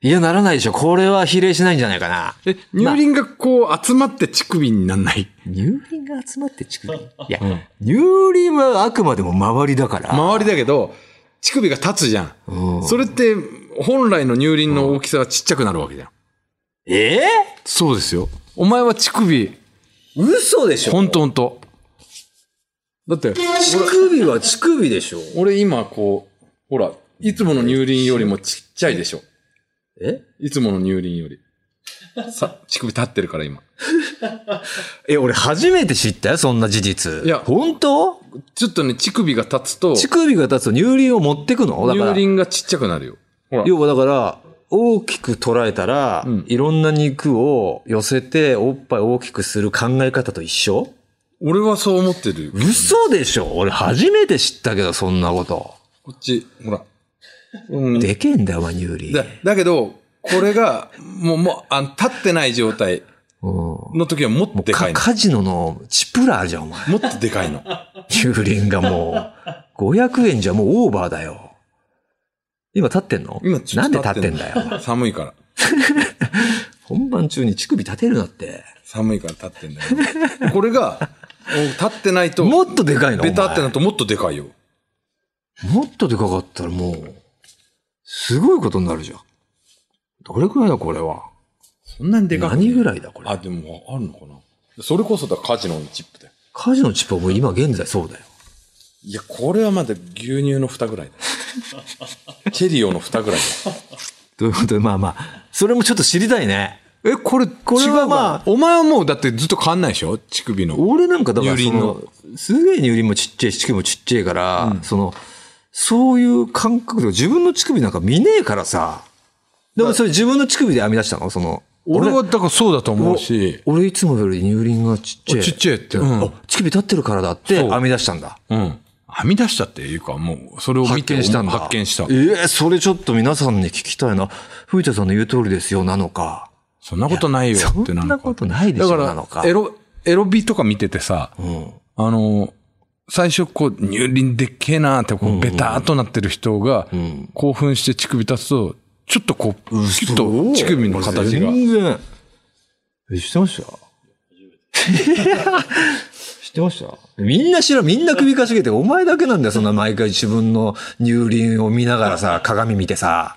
いや、ならないでしょ。これは比例しないんじゃないかな。え、乳輪がこう集まって乳首になんない。乳輪が集まって乳 首。いや、乳輪はあくまでも周りだから。周りだけど、乳首が立つじゃん。うんそれって、本来の乳輪の大きさはちっちゃくなるわけじゃん。ええそうですよ。お前は乳首、嘘でしょほんとほんと。だって、乳首は乳首でしょ俺今こう、ほら、いつもの乳輪よりもちっちゃいでしょ。えいつもの乳輪 より。さ、乳首立ってるから今。え、俺初めて知ったよ、そんな事実。いや本当ちょっとね、乳首が立つと、乳首が立つと乳輪を持ってくのだから乳。輪がちっちゃくなるよ。ほら。要はだから、大きく捉えたら、うんいろんな肉を寄せて、おっぱいを大きくする考え方と一緒俺はそう思ってるよ。嘘でしょ俺初めて知ったけど、そんなこと。こっち、ほら。うん、でけえんだよ、お前乳輪。だだけど、これが、もう、もうあの、立ってない状態うん。の時はもっとでかかいの。カジノのチプラあるじゃん、お前。もっとでかいの。 乳輪がもう、500円じゃもうオーバーだよ。今立ってんの今ちょなっんでと立ってんのだよ。寒いから。本番中に乳首立てるなって。寒いから立ってんだよ。これが、お立ってないと、もっとでかいのベタっておなるともっとでかいよ。前もっとでかかったらもう、すごいことになるじゃん。どれくらいだ、これは。そんなにでかくない何ぐらいだ、こあ、れ。でも、あるのかな。それこそだ、カジノのチップだよ。カジノチップはもう今現在そうだよ。いや、これはまだ牛乳の蓋ぐらい だ。チェリオの蓋ぐらいだ。ということで、まあまあ、それもちょっと知りたいね。え、これ、これはまあお前はもうだってずっと変わんないでしょ乳首の。俺なんかだから乳そ輪のの、すげえ乳輪もちっちゃいし、乳首もちっちゃいから、その、そういう感覚とか自分の乳首なんか見ねえからさ。でもそれ自分の乳首で編み出したのその、俺はだからそうだと思うし。俺いつもより乳輪がちっちゃい。ちっちゃいって。うん。あ乳首立ってるからだってそう編み出したんだ。うん。はみ出したっていうか、もう、それを見て発見したんだ発見したえ。えそれちょっと皆さんに聞きたいな。藤田さんの言う通りですよ、なのか。そんなことないよってなそんのなかこ。とないでしだょ、なのか、からエ。ロ、エロビとか見ててさ、うん。あの、最初こう、乳輪でっけえなーって、こう、ベターっとなってる人がん、興奮して乳首立つと、ちょっとこう、キュッと乳首の形が。全然。え、知ってました 知ってましたみんな知らん、みんな首かしげて、お前だけなんだよ、そんな毎回自分の乳輪を見ながらさ、鏡見てさ。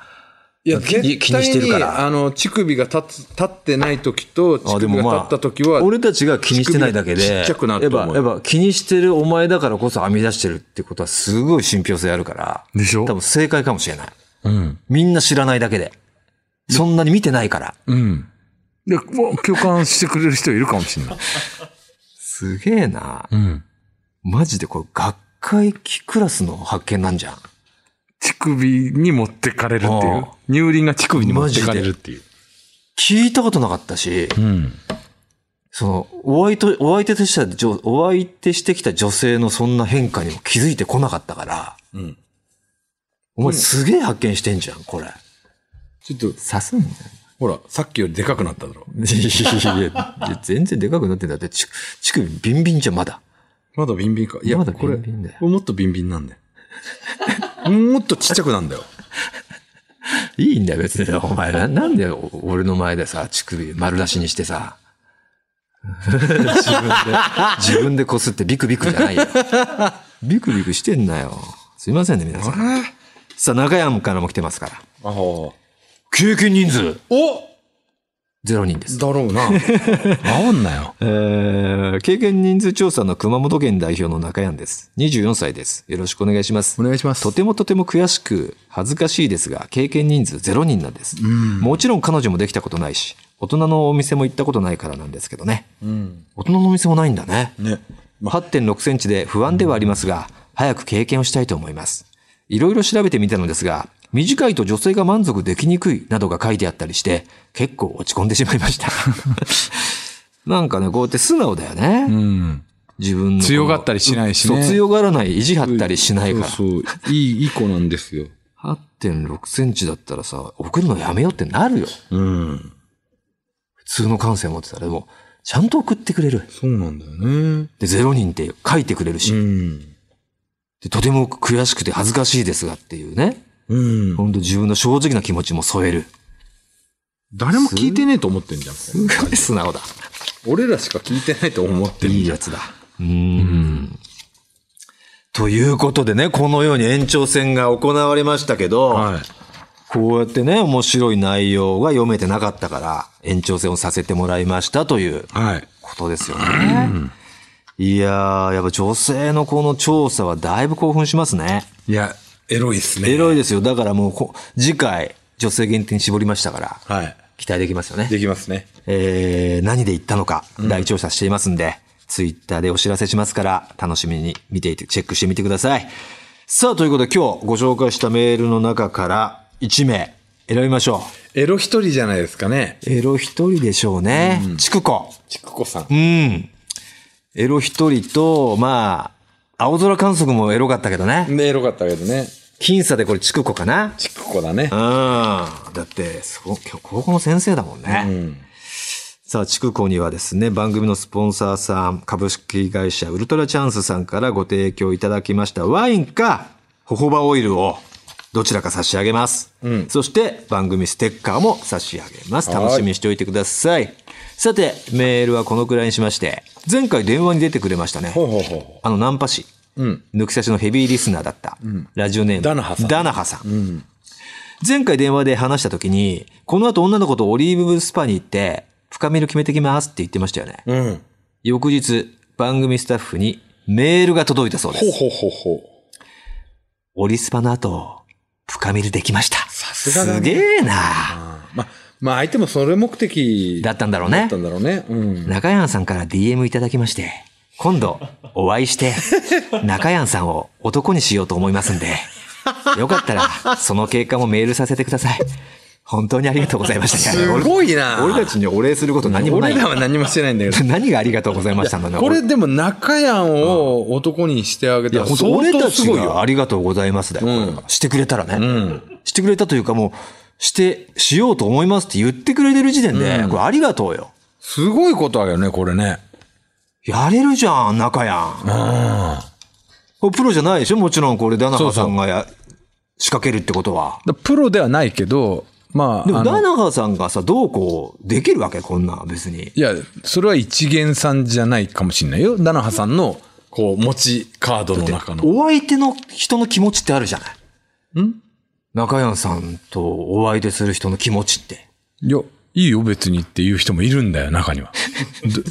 いや、気に気にしてるからあの、乳首が立つ、立ってない時と、乳あで首もがまあ立った時は、俺たちが気にしてないだけで、乳首がちっちゃくなると思うよやっぱ、やっぱ気にしてるお前だからこそ編み出してるってことはすごい信憑性あるから。でしょ多分正解かもしれない。うん。みんな知らないだけで。そんなに見てないから。うん。で、もう共感してくれる人いるかもしれない。すげえな。うん。マジでこれ学会期クラスの発見なんじゃん。乳首に持ってかれるっていあうあ。乳輪が乳首に持ってかれるっていう。聞いたことなかったし、うん。その、お相手、お相手とした女、お相手してきた女性のそんな変化にも気づいてこなかったから、うんお前すげえ発見してんじゃん、これ。ちょっと、刺すんだよ。ほら、さっきよりでかくなっ ただろ。いやいやいや、全然でかくなってんだって、ち乳首ビンビンじゃんまだ。まだビンビンか。いや、まだこれ、ビンビンだよもっとビンビンなんだよ。 もっとちっちゃくなんだよ。いいんだよ、別に。 お前な、なんでお俺の前でさ、乳首丸出しにしてさ。 自分で、自分で擦ってビクビクじゃない よ。ビクビクしてんなよ。すいませんね、皆さん。さあ、中山からも来てますから。ああ。お経験人数0人です。だろ うな。煽んなよ。えー、経験人数調査の熊本県代表の中山です。24歳です。よろしくお願いします。お願いします。とてもとても悔しく恥ずかしいですが経験人数ゼロ人なんです、もちろん彼女もできたことないし大人のお店も行ったことないからなんですけどね、大人のお店もないんだねね。 8.6センチで不安ではありますが早く経験をしたいと思いますいろいろ調べてみたのですが短いと女性が満足できにくいなどが書いてあったりして結構落ち込んでしまいました なんかねこうやって素直だよね、うん。自分のこの強がったりしないしねそう強がらない意地張ったりしないからそうそう。いい、いい子なんですよ。 8.6センチだったらさ、送るのやめようってなるよ。うん。普通の感性持ってたら。でも、ちゃんと送ってくれる。そうなんだよね。で、0人って書いてくれるし、うん。でとても悔しくて恥ずかしいですがっていうね。うん。ほんと自分の正直な気持ちも添える。誰も聞いてねえと思ってんじゃん。すごい素直だ。俺らしか聞いてないと思ってるいいやつだ。うーん。ということでね、このように延長戦が行われましたけど、はい。こうやってね、面白い内容が読めてなかったから、延長戦をさせてもらいましたというはい。ことですよね。いやー、やっぱ女性のこの調査はだいぶ興奮しますね。いや、エロいっすね。エロいですよ。だからもうこ、次回、女性限定に絞りましたから、はい。期待できますよね。できますね。えー、何で言ったのか、大調査していますんで、ツイッターでお知らせしますから、楽しみに見ていて、チェックしてみてください。さあ、ということで今日ご紹介したメールの中から、1名選びましょエロ一人じゃないですかね。う。エロ一人でしょうね。ちくこ。ちくこさん。うん。エロ一人と、まあ、青空観測もエロかったけどね。ね、エロかったけどね。僅差でこれ、チクコかな。ちくこだねう。ん。だって、そう、今日高校の先生だもんね。うん。さあ、チクコにはですね、番組のスポンサーさん、株式会社ウルトラチャンスさんからご提供いただきましたワインか、ホホバオイルを、どちらか差し上げます。そして、番組ステッカーも差し上げます。楽しみにしておいてください。さて、メールはこのくらいにしまして、前回電話に出てくれましたね。ほうほうほうほあの、ナンパ師。うん抜き差しのヘビーリスナーだった。ラジオネーム。ダナハさんダナハさん。前回電話で話した時に、この後女の子とオリーブスパに行って、深める決めてきますって言ってましたよね。う。うん。翌日、番組スタッフにメールが届いたそうでほうす。ほうほうほオリスパの後、深めるできました。さすがだねすげえな。う。ま、まあ相手もそれ目的だだったんだろうねっ。たんだろうね。うん。中山さんから DM いただきまして、今度お会 いして、中山さんを男にしようと思いますんで、よかったらその経過もメールさせてください。本当にありがとうございました。いやす俺ごいな俺たちにお礼すること何も ない俺。らは何もしてないんだけど。何がありがとうございましたんだね。こ 俺れでも中やんを男にしてあげたら本相当俺当たすちごいよ。がありがとうございますだよ。これはしてくれたらね、してくれたというかもう、して、しようと思いますって言ってくれてる時点で、これありがとうよ。すごいことあるよね、これね。やれるじゃん、中やん。これプロじゃないでしょもちろんこれ、ダナハさんがや仕掛けるってことは。だプロではないけど、まあ、でも、あのダナハさんがさ、どうこう、できるわけこんなん、別に。いや、それは一元さんじゃないかもしれないよ。ダナハさんの、こう、持ちカードの中の。お相手の人の気持ちってあるじゃないん中山さんとお相手する人の気持ちって。いや、いいよ、別にっていう人もいるんだよ、中 には。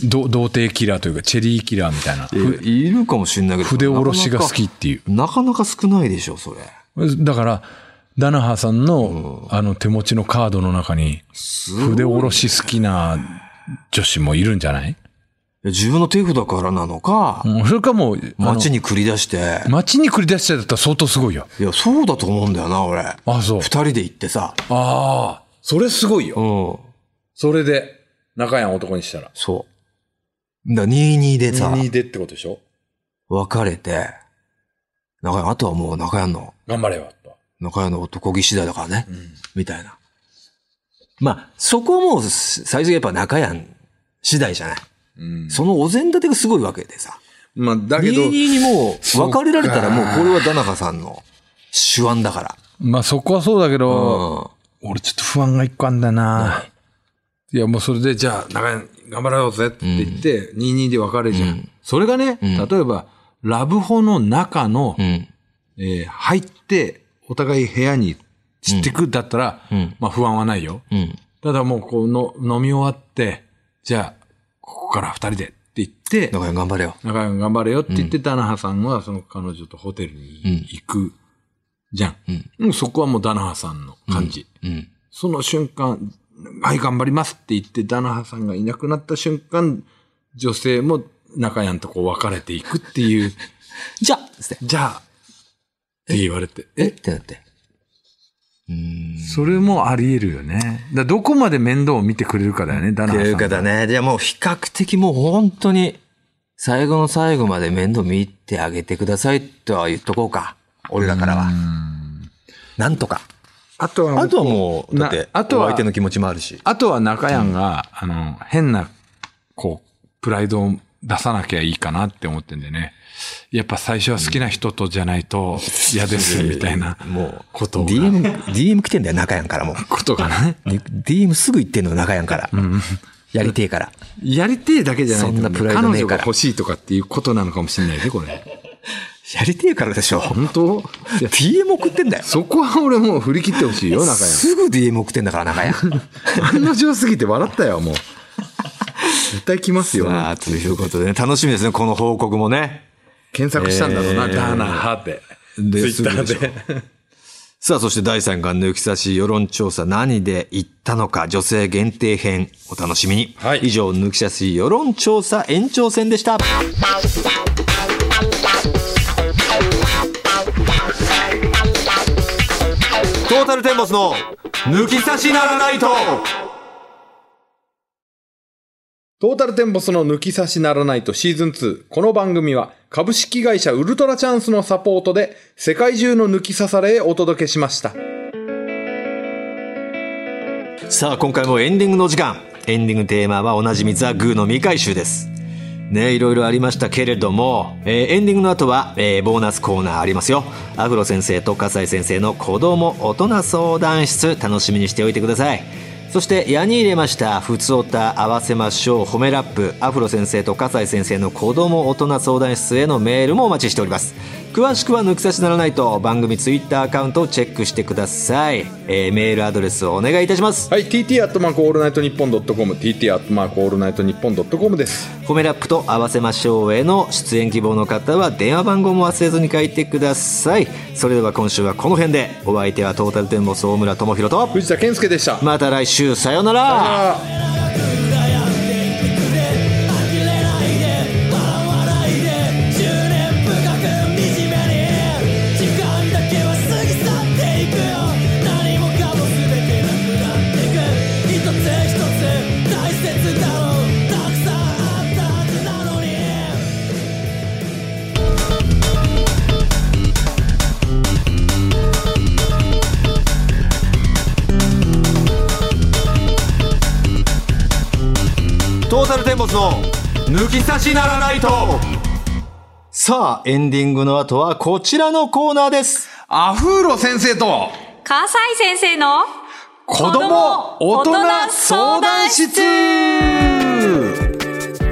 どど童貞キラーというか、チェリーキラーみたいな。いるかもしれないけど。筆下ろしが好きっていう。なかなか。なかなか少ないでしょ、それ。だから、ダナハさんの、あの、手持ちのカードの中に、筆下ろし好きな女子もいるんじゃない自分の手札からなのか、うんそれかもう、あの街に繰り出して。街に繰り出しちゃったら相当すごいよ。いや、そうだと思うんだよな、俺。あ、そう二。人で行ってさ。ああ、それすごいよ。うん。それで、中やん男にしたら。そう。だから22でさ、 2でってことでしょ別れて、中山、あとはもう中山の頑張れよ、と。中屋の男気次第だからね、みたいな。まあ、そこも最初やっぱ中屋次第じゃない。うん。そのお膳立てがすごいわけでさ。まあ、だけど、 22にもう別れられたらもうこれは田中さんの手腕だかまあそこはそうだけら。ど、う俺ちょっと不安が一個あんだよな。いや、もうそれで、じゃあ、長屋、頑張ろうぜって言って、22で別れるじゃん。それがね、ん例えば、ラブホの中の、ん。うん。えー入って、お互い部屋に散ってくだったら、うんまあ不安はないよ。うん。ただもう、こうの、飲み終わって、じゃあ、ここから二人でって言って、中屋頑張れよ。中山頑張れよって言って、ダナハさんはその彼女とホテルに行くじゃん。もうそこはもうダナハさんの感じ。うん。その瞬間、はい、頑張りますって言って、ダナハさんがいなくなった瞬間、女性も中山とこう別れていくっていう、 じゃあつって。じゃあ、って言われて。ええってなって。うーん。それもあり得るよね。だどこまで面倒を見てくれるかだよね、ダナっハていうさかん。だね。じゃあもう比較的もう本当に、最後の最後まで面倒見てあげてくださいとは言っとこうか。俺らからは。なんとか。あとはあとはもう、だなって、あとはお相手の気持ちもあるし。あとは中山が、あの、変な、こう、プライドを出さなきゃいいかなって思ってんでね。やっぱ最初は好きな人とじゃないと嫌です、みたいなもう、ことが DM、DM 来てんだよ、中やんからもう。ことがね。 DM すぐ言ってんの、中やんから。やりてえから。やりてえだけじゃないと思うそんなプライドねえ彼女からが欲しいとかっていうことなのかもしれないね、これ。やりてえからでしょ。本当いや DM 送ってんだよ。そこは俺もう振り切ってほしいよ、中すぐ DM 送ってんだから、中やん。 山。案の定すぎて笑ったよ、もう。絶対来ますよ。さあ、ということでね、楽しみですね、この報告もね。検索したんだろうな、えーダーナハって。でツイッターすぐで。 さあ、そして第3巻の抜き差し世論調査何で言ったのか女性限定編お楽しみに。以上、抜き差し世論調査延長戦でした。トータルテンボスの抜き差しならないとトータルテンボスの抜き差しならないとシーズン2。この番組は株式会社ウルトラチャンスのサポートで世界中の抜き差されへお届けしました。さあ、今回もエンディングのお時間。エンディングテーマはおなじみザ・グーの未回収です。ね、いろいろありましたけれども、えーエンディングの後は、えーボーナスコーナーありますよ。アフロ先生と笠井先生の子供大人相談室、楽しみにしておいてください。そして、矢に入れました、ふつおた合わせましょう、褒めラップ、アフロ先生と笠井先生の子供大人相談室へのメールもお待ちしております。詳しくは抜き差しならないと、番組ツイッターアカウントをチェックしてください。えーメールアドレスをお願いいたします。はい、tt アットマークオールナイトニッポンドットコム、tt アットマークオールナイトニッポンドットコムです。褒めラップと合わせましょうへの出演希望の方は電話番号も忘れずに書いてくださいそれでは今週はこの辺でお相手はトータルテンボス大村智広と藤田健介でした。また来週さようなら時間だけは過ぎ去っていくよ何もかも全てなくなるボスの抜き差しならないとさあ、エンディングの後はこちらのコーナーです。アフーロ先生と笠西先生の子供大人相談室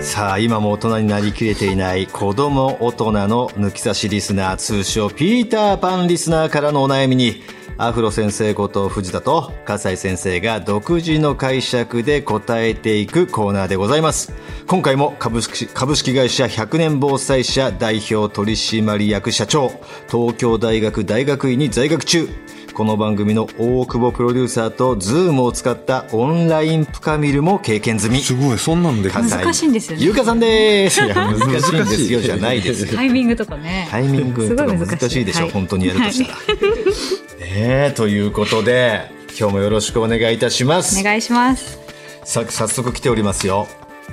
さあ、今も大人になりきれていない子供大人の抜き差しリスナー、通称ピーターパンリスナーからのお悩みに、アフロ先生こと藤田と笠西先生が独自の解釈で答えていくコーナーでございます。今回も株式株式会社100年防災社代表取締役社長、東京大学大学院に在学中、この番組の大久保プロデューサーと Zoom を使ったオンラインプカミルも経験済み。すごい、そんなんで。難しいんですよねゆうかさんです。いや、難しいんですよ、じゃないですよ。タイミングとかね。タイミングとか難しいでしょ、はい本当にやるとしたら。ねえ、ということで、今日もよろしくお願いいたしますお。願いします。さ早速来ておりますよ。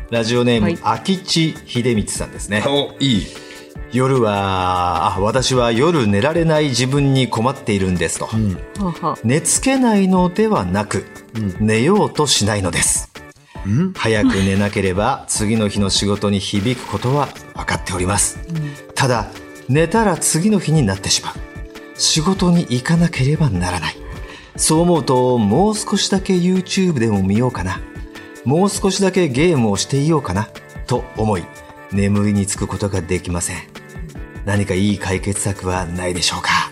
ラジオネーム、はい秋地秀光さんですね。お、いい。夜は、あ、私は夜寝られない自分に困っているんですと。ほうほう寝つけないのではなく、寝ようとしないのです、早く寝なければ次の日の仕事に響くことは分かっております、ただ寝たら次の日になってしまう仕事に行かなければならないそう思うともう少しだけ YouTube でも見ようかなもう少しだけゲームをしていようかなと思い眠りにつくことができません何かいい解決策はないでしょうか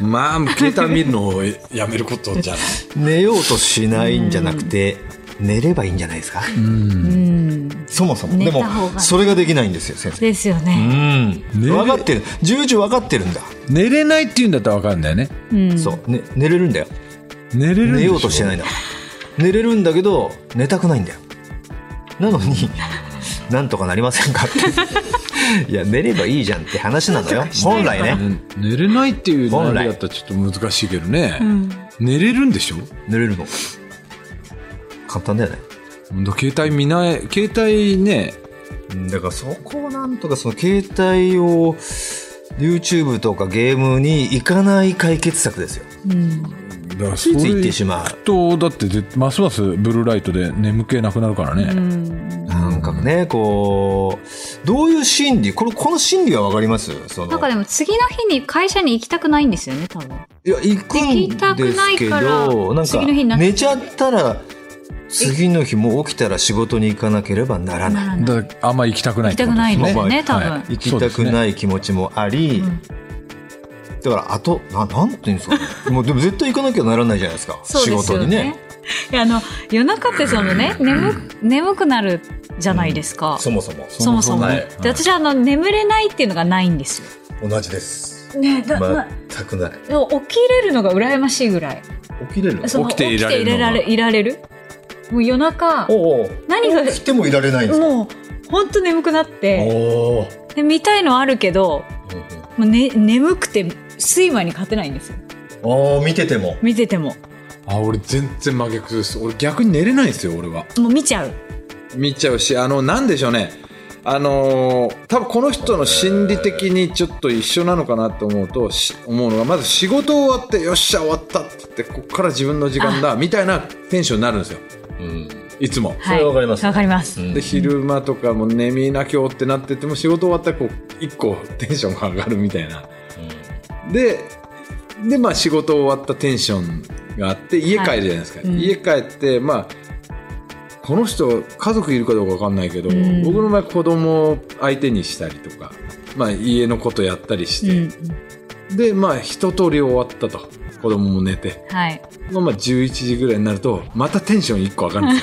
まあ、携帯見るのをやめることじゃない。寝ようとしないんじゃなくて、寝ればいいんじゃないですか、うん。そもそも。寝でたも方が、それができないんですよ、先生。ですようね。ん。れ分かってる。重々分かってるんだ。寝れないって言うんだったらわかるんだよね。うん。そう、ね。寝れるんだよ。寝れるんで寝しょようとしてないんだ。寝れるんだけど、寝たくないんだよ。なのに、なんとかなりませんかって。いや、寝ればいいじゃんって話なのよ。本来ね。ね寝れないっていう本悩来みだったらちょっと難しいけどね。うん。寝れるんでしょ寝れるの。簡単だよね。ほんと携帯見ない、携帯ね、うんだからそこをなんとかその携帯を YouTube とかゲームに行かない解決策ですよ。うん。だからついつい行ってしまう。と、だってぜ、ますますブルーライトで眠気なくなるからうね。んなんかね、こう、どういう心理これ、この心理はわかりますそなんかの、でも次の日に会社に行きたくないんですよね、多分。いや、行く行きたんくでなすいけからど、なん次の日になか、っちゃう寝ちゃったら、次の日もう起きたら仕事に行かなければならなない。らない。だからあんま行きたくないっ行きてたこくとないんですよはね、い多はい分。行きたくない気持ちもあり、だから、あと、ななんていうんですかね。もう、でも絶対行かなきゃならないじゃないですか。そう仕です事よにねね。。いやあの夜中ってそのね眠く眠くなるじゃないですか。そもそも。そもそもはいね。で私はあの眠れないっていうのがないんですよ。同じです。ねだ、ま全くない。でも起きれるのが羨ましいぐらい。起きれるその起きていられるのが起きていられるいられるもう夜中おうおう何がてもいられないかもう本当眠くなっておーで見たいのはあるけどもう、ね、眠くて睡魔に勝てないんですよおー見てても見ててもあ、俺全然真逆です。俺逆に寝れないんですよ、俺は。もう見ちゃう見ちゃうし、あの、なんでしょうね。あのー多分この人の心理的にちょっと一緒なのかなと思うと、し思うのが、まず仕事終わって、よっしゃ、終わったって言って、こっから自分の時間だ、みたいなテンションになるんですよ。いつも。はいれわかりますわかります、で、昼間とかも眠いな今日ってなってても、仕事終わったら、こう、一個テンションが上がるみたいな。で、で、まあ仕事終わったテンションがあって、家帰るじゃないですか。いうん家帰って、まあ、この人、家族いるかどうかわかんないけど、ん僕の場合子供を相手にしたりとか、まあ家のことやったりしうんうて、ん、で、まあ一通り終わったと。子供も寝て。はいまあまあ11時ぐらいになると、またテンション一個上がるんで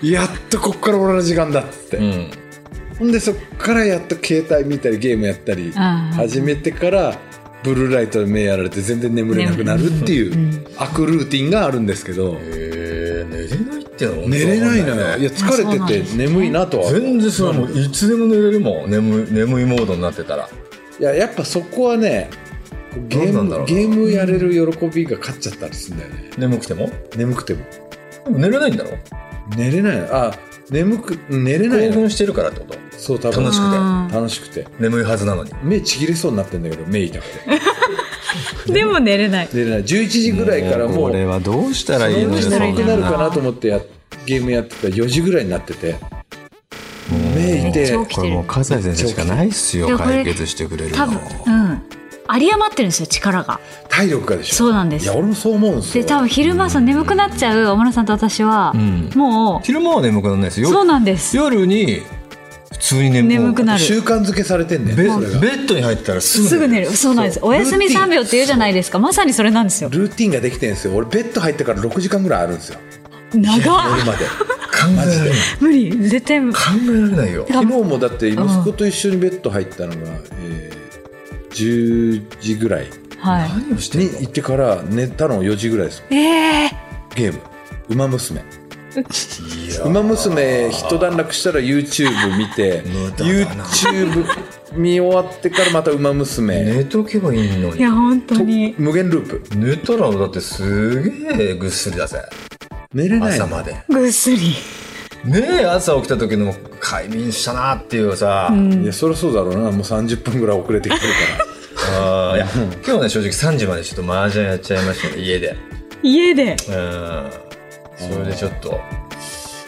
す よ。やっとこっから俺の時間だっつって。うんほんでそっからやっと携帯見たりゲームやったりあー始めてからブルーライトで目やられて全然眠れなくなるっていう悪ルーティンがあるんですけどえ寝れないってのは寝れないのよいや疲あそうなんれでてすて眠いなとは全然それはもういつでも寝れるもん眠い眠いモードになってたらいややっぱそこはねゲなーんなんだろムうなゲームやれる喜びが勝っちゃったりするんだよね眠くても眠くてもでも寝れないんだろ寝れないのあ眠く寝れない興の奮してるからってことそう多分楽しくあ楽しくてて眠いはずなのに目ちぎれそうになってんだけど目痛くてーでも寝れない寝れない11時ぐらいからもうはどうしたらどうしたらいいいいのくなよるかなと思ってやゲームやってたら4時ぐらいになってて目いて超起きこてれるもう葛西先生しかないっすでよもこれ解決してくれる多の分うん有り余ってるんですよ力が体力がでしょそうなんですいや俺もそう思うんですでよ多分昼間さ眠くなっちゃう小村さんと私は、んも昼間は眠くならないですうそうよなんです夜に普通に眠眠くなる習慣づけされてんだよベねベそれがッドに入ったらすぐすぐ寝るそうなんですお休み3秒って言うじゃないですかまさにそれなんですよルーティンができてるんですよ俺ベッド入ってから6時間ぐらいあるんですよ長っ夜ま考でえられない無理絶対無理考えられないよ昨日もだって息子と一緒にベッド入ったのが、えー10時ぐらいはい何をしてに行ってから寝たの4時ぐらいですええゲーム「ウマ娘」ウマ娘一段落したら YouTube 見て無駄だな YouTube 見終わってからまた「ウマ娘寝とけばいいの」いや本当とに無限ループ寝たらだってすげえぐっすりだぜ寝れない朝のまでぐっすりねえ朝起きた時の快眠したなっていうさ、いやそりゃそうだろうなもう30分ぐらい遅れてきてるからあーいや今日ね正直3時までちょっと麻雀やっちゃいましたね家で家でうんそれでちょっと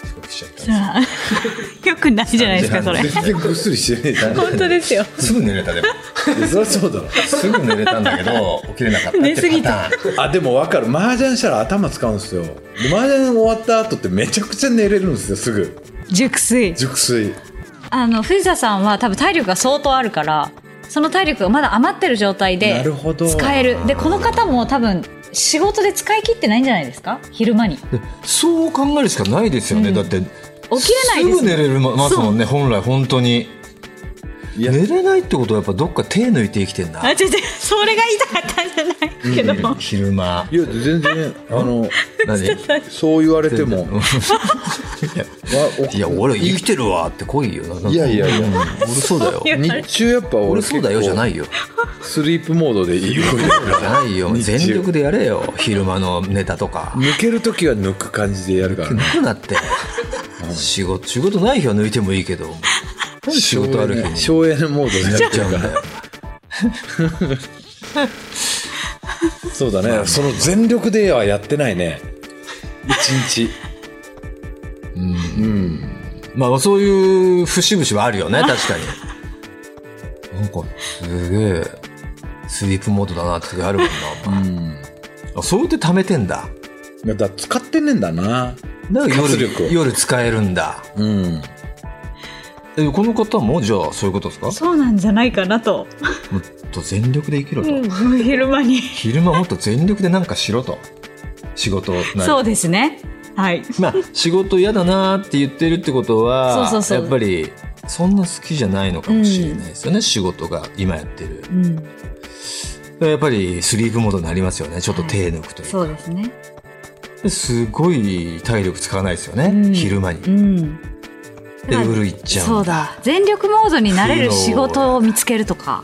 遅刻しちゃったんですよ あよくないじゃないですかそれ 全然ぐっすりしてね 本当ですよすぐ寝れたで もえじゃんいやそりゃそうだろすぐ寝れたんだけど起きれなかったって寝すぎたパターンあでも分かる麻雀したら頭使うんですよで麻雀終わった後ってめちゃくちゃ寝れるんですよすぐ熟睡熟睡あの藤田さんは多分体力が相当あるからその体力がまだ余ってる状態でなるほど使えるでこの方も多分仕事で使い切ってないんじゃないですか昼間に起 そう考えるしかないですよね、だって起きれないですすぐ寝れるまますもんね本来本当に寝れないってことはやっぱどっか手抜いて生きてんあな違う違うそれが言いたかったんじゃないけども昼間いや 全然あの何 そう言われてもわ いや俺生きてるわって来いよいやいやいやうん俺そう だよいや日中やっぱ俺俺そうだよじゃないいよスリープモードでいいじゃない よ日中全力でやれよ昼間のネタとか抜ける時は抜く感じでやるからね抜くなって仕事仕事ない日は抜いてもいいけど仕事ある日に省エネモードでややっっちちゃゃううんからだよそうだねその全力ではやってないね一日まあそういう節々はあるよね、確かに。 なんか、すげえ、スリープモードだなって時あるもんな、お前。あ、そうやって貯めてんだ。いやだから使ってねえんだなだから活力を夜、夜使えるんだ。うんえ、この方も、じゃあそういうことですかそうなんじゃないかなと、もっと全力で生きろと。うん、 昼間に昼間もっと全力でなんかしろと。仕事なりそうですねはいまあ、仕事嫌だなーって言ってるってことは、そうそうそうやっぱり、そんな好きじゃないのかもしれないですよね、仕事が今やってる。うんやっぱりスリープモードになりますよね。ちょっと手抜くというかそうですねですごい体力使わないですよね。うん昼間に。でうん夜行っちゃう。そうだ全力モードになれる仕事を見つけるとか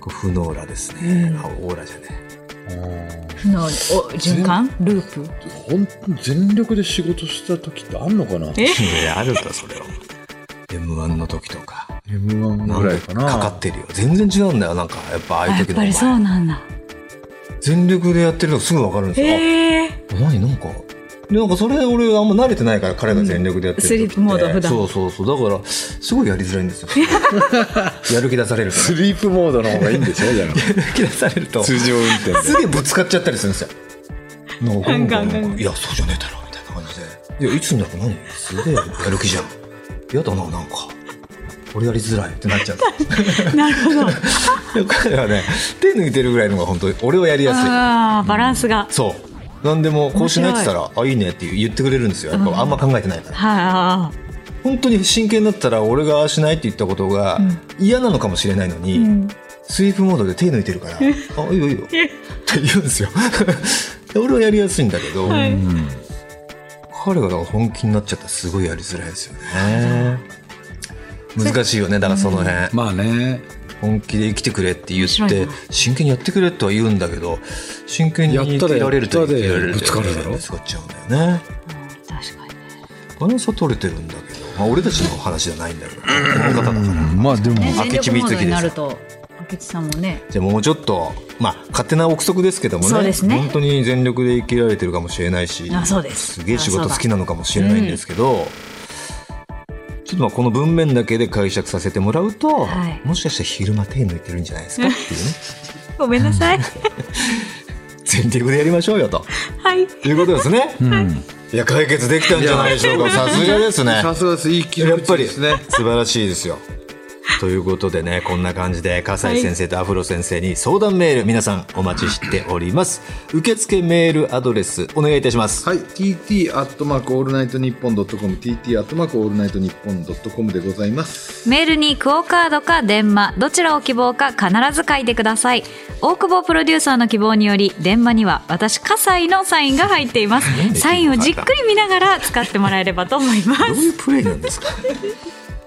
こう不能らですね。あオーラじゃね。負のお循環ループ本当全力で仕事した時ってあんのかなえいやあるか、それは。M1 の時とか。 M1 ぐらいかなかかってるよ。全然違うんだよ。なんか、やっぱあああいやうっ時のぱりそおう前。なんだ全力でやってるのすぐわかるんですよ。へえあ何なんか。でなんかそれ俺あんま慣れてないから彼が全力でやってる時って、うんスリープモード普段そうそうそうだからすごいやりづらいん ですよやる気出されるからスリープモードの方がいいんでしょじゃやある気出されると通常運転すげえぶつかっちゃったりするんですよ。なんかゴンゴンガンガンガンいや、そうじゃねえだろ、みたいな感じで。いや、いつになるか何すげえやる気じゃん。やだな、なんか。俺やりづらいってなっちゃう。 なるほど 彼はね、手抜いてるぐらいのが本当に俺はやりやすい。あーバランスがそう。なんでも、こうしないって言ったら、あ、いいねって言ってくれるんですよ。やっぱあんま考えてないから。はあ本当に真剣だったら、俺がああしないって言ったことが嫌なのかもしれないのに、スイープモードで手抜いてるから、あ、いいよいいよ。って言うんですよ。 俺はやりやすいんだけど、はい彼がだから本気になっちゃったらすごいやりづらいですよね。難しいよね、だからその辺。まあね、本気で生きてくれって言面白っいてな、真剣にやってくれとは言うんだけど、真剣にやったら生きられるとやったで生きられるぶつかるだろぶつかっちゃうんだよね。確かにバランスは取れてるんだけど、まあ俺たちの話じゃないんだけど、この方だから。まあでも、ね明智全力モード光秀になると明智さんもねじゃあもうちょっと、まあ勝手な憶測ですけどもそうね、ですね本当に全力で生きられてるかもしれないし、あそうですすげえ仕事好きなのかもしれないんですけど、ちょっとまあこの文面だけで解釈させてもらうと、はいもしかしたら昼間手抜いてるんじゃないですかっていうねごめんなさい。全力でやりましょうよとはい。いうことですね、いや解決できたんじゃないでしょうかさすがですねさすがですいい切やりっぱ口りですね素晴らしいですよ。ということでね、こんな感じで、笠井先生とアフロ先生に相談メール、皆さんお待ちしております。受付メールアドレス、お願いいたします。はい TT アットマークオールナイトニッポンドットコム TT アットマークオールナイトニッポンドットコムでございますメールにクオカードか電話、どちらを希望か必ず書いてください。大久保プロデューサーの希望により、電話には私、葛西のサインが入っています。サインをじっくり見ながら使ってもらえればと思いまどうす。いうプレイなんですか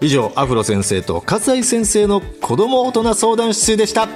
以上、アフロ先生と笠井先生の子供大人相談室でした。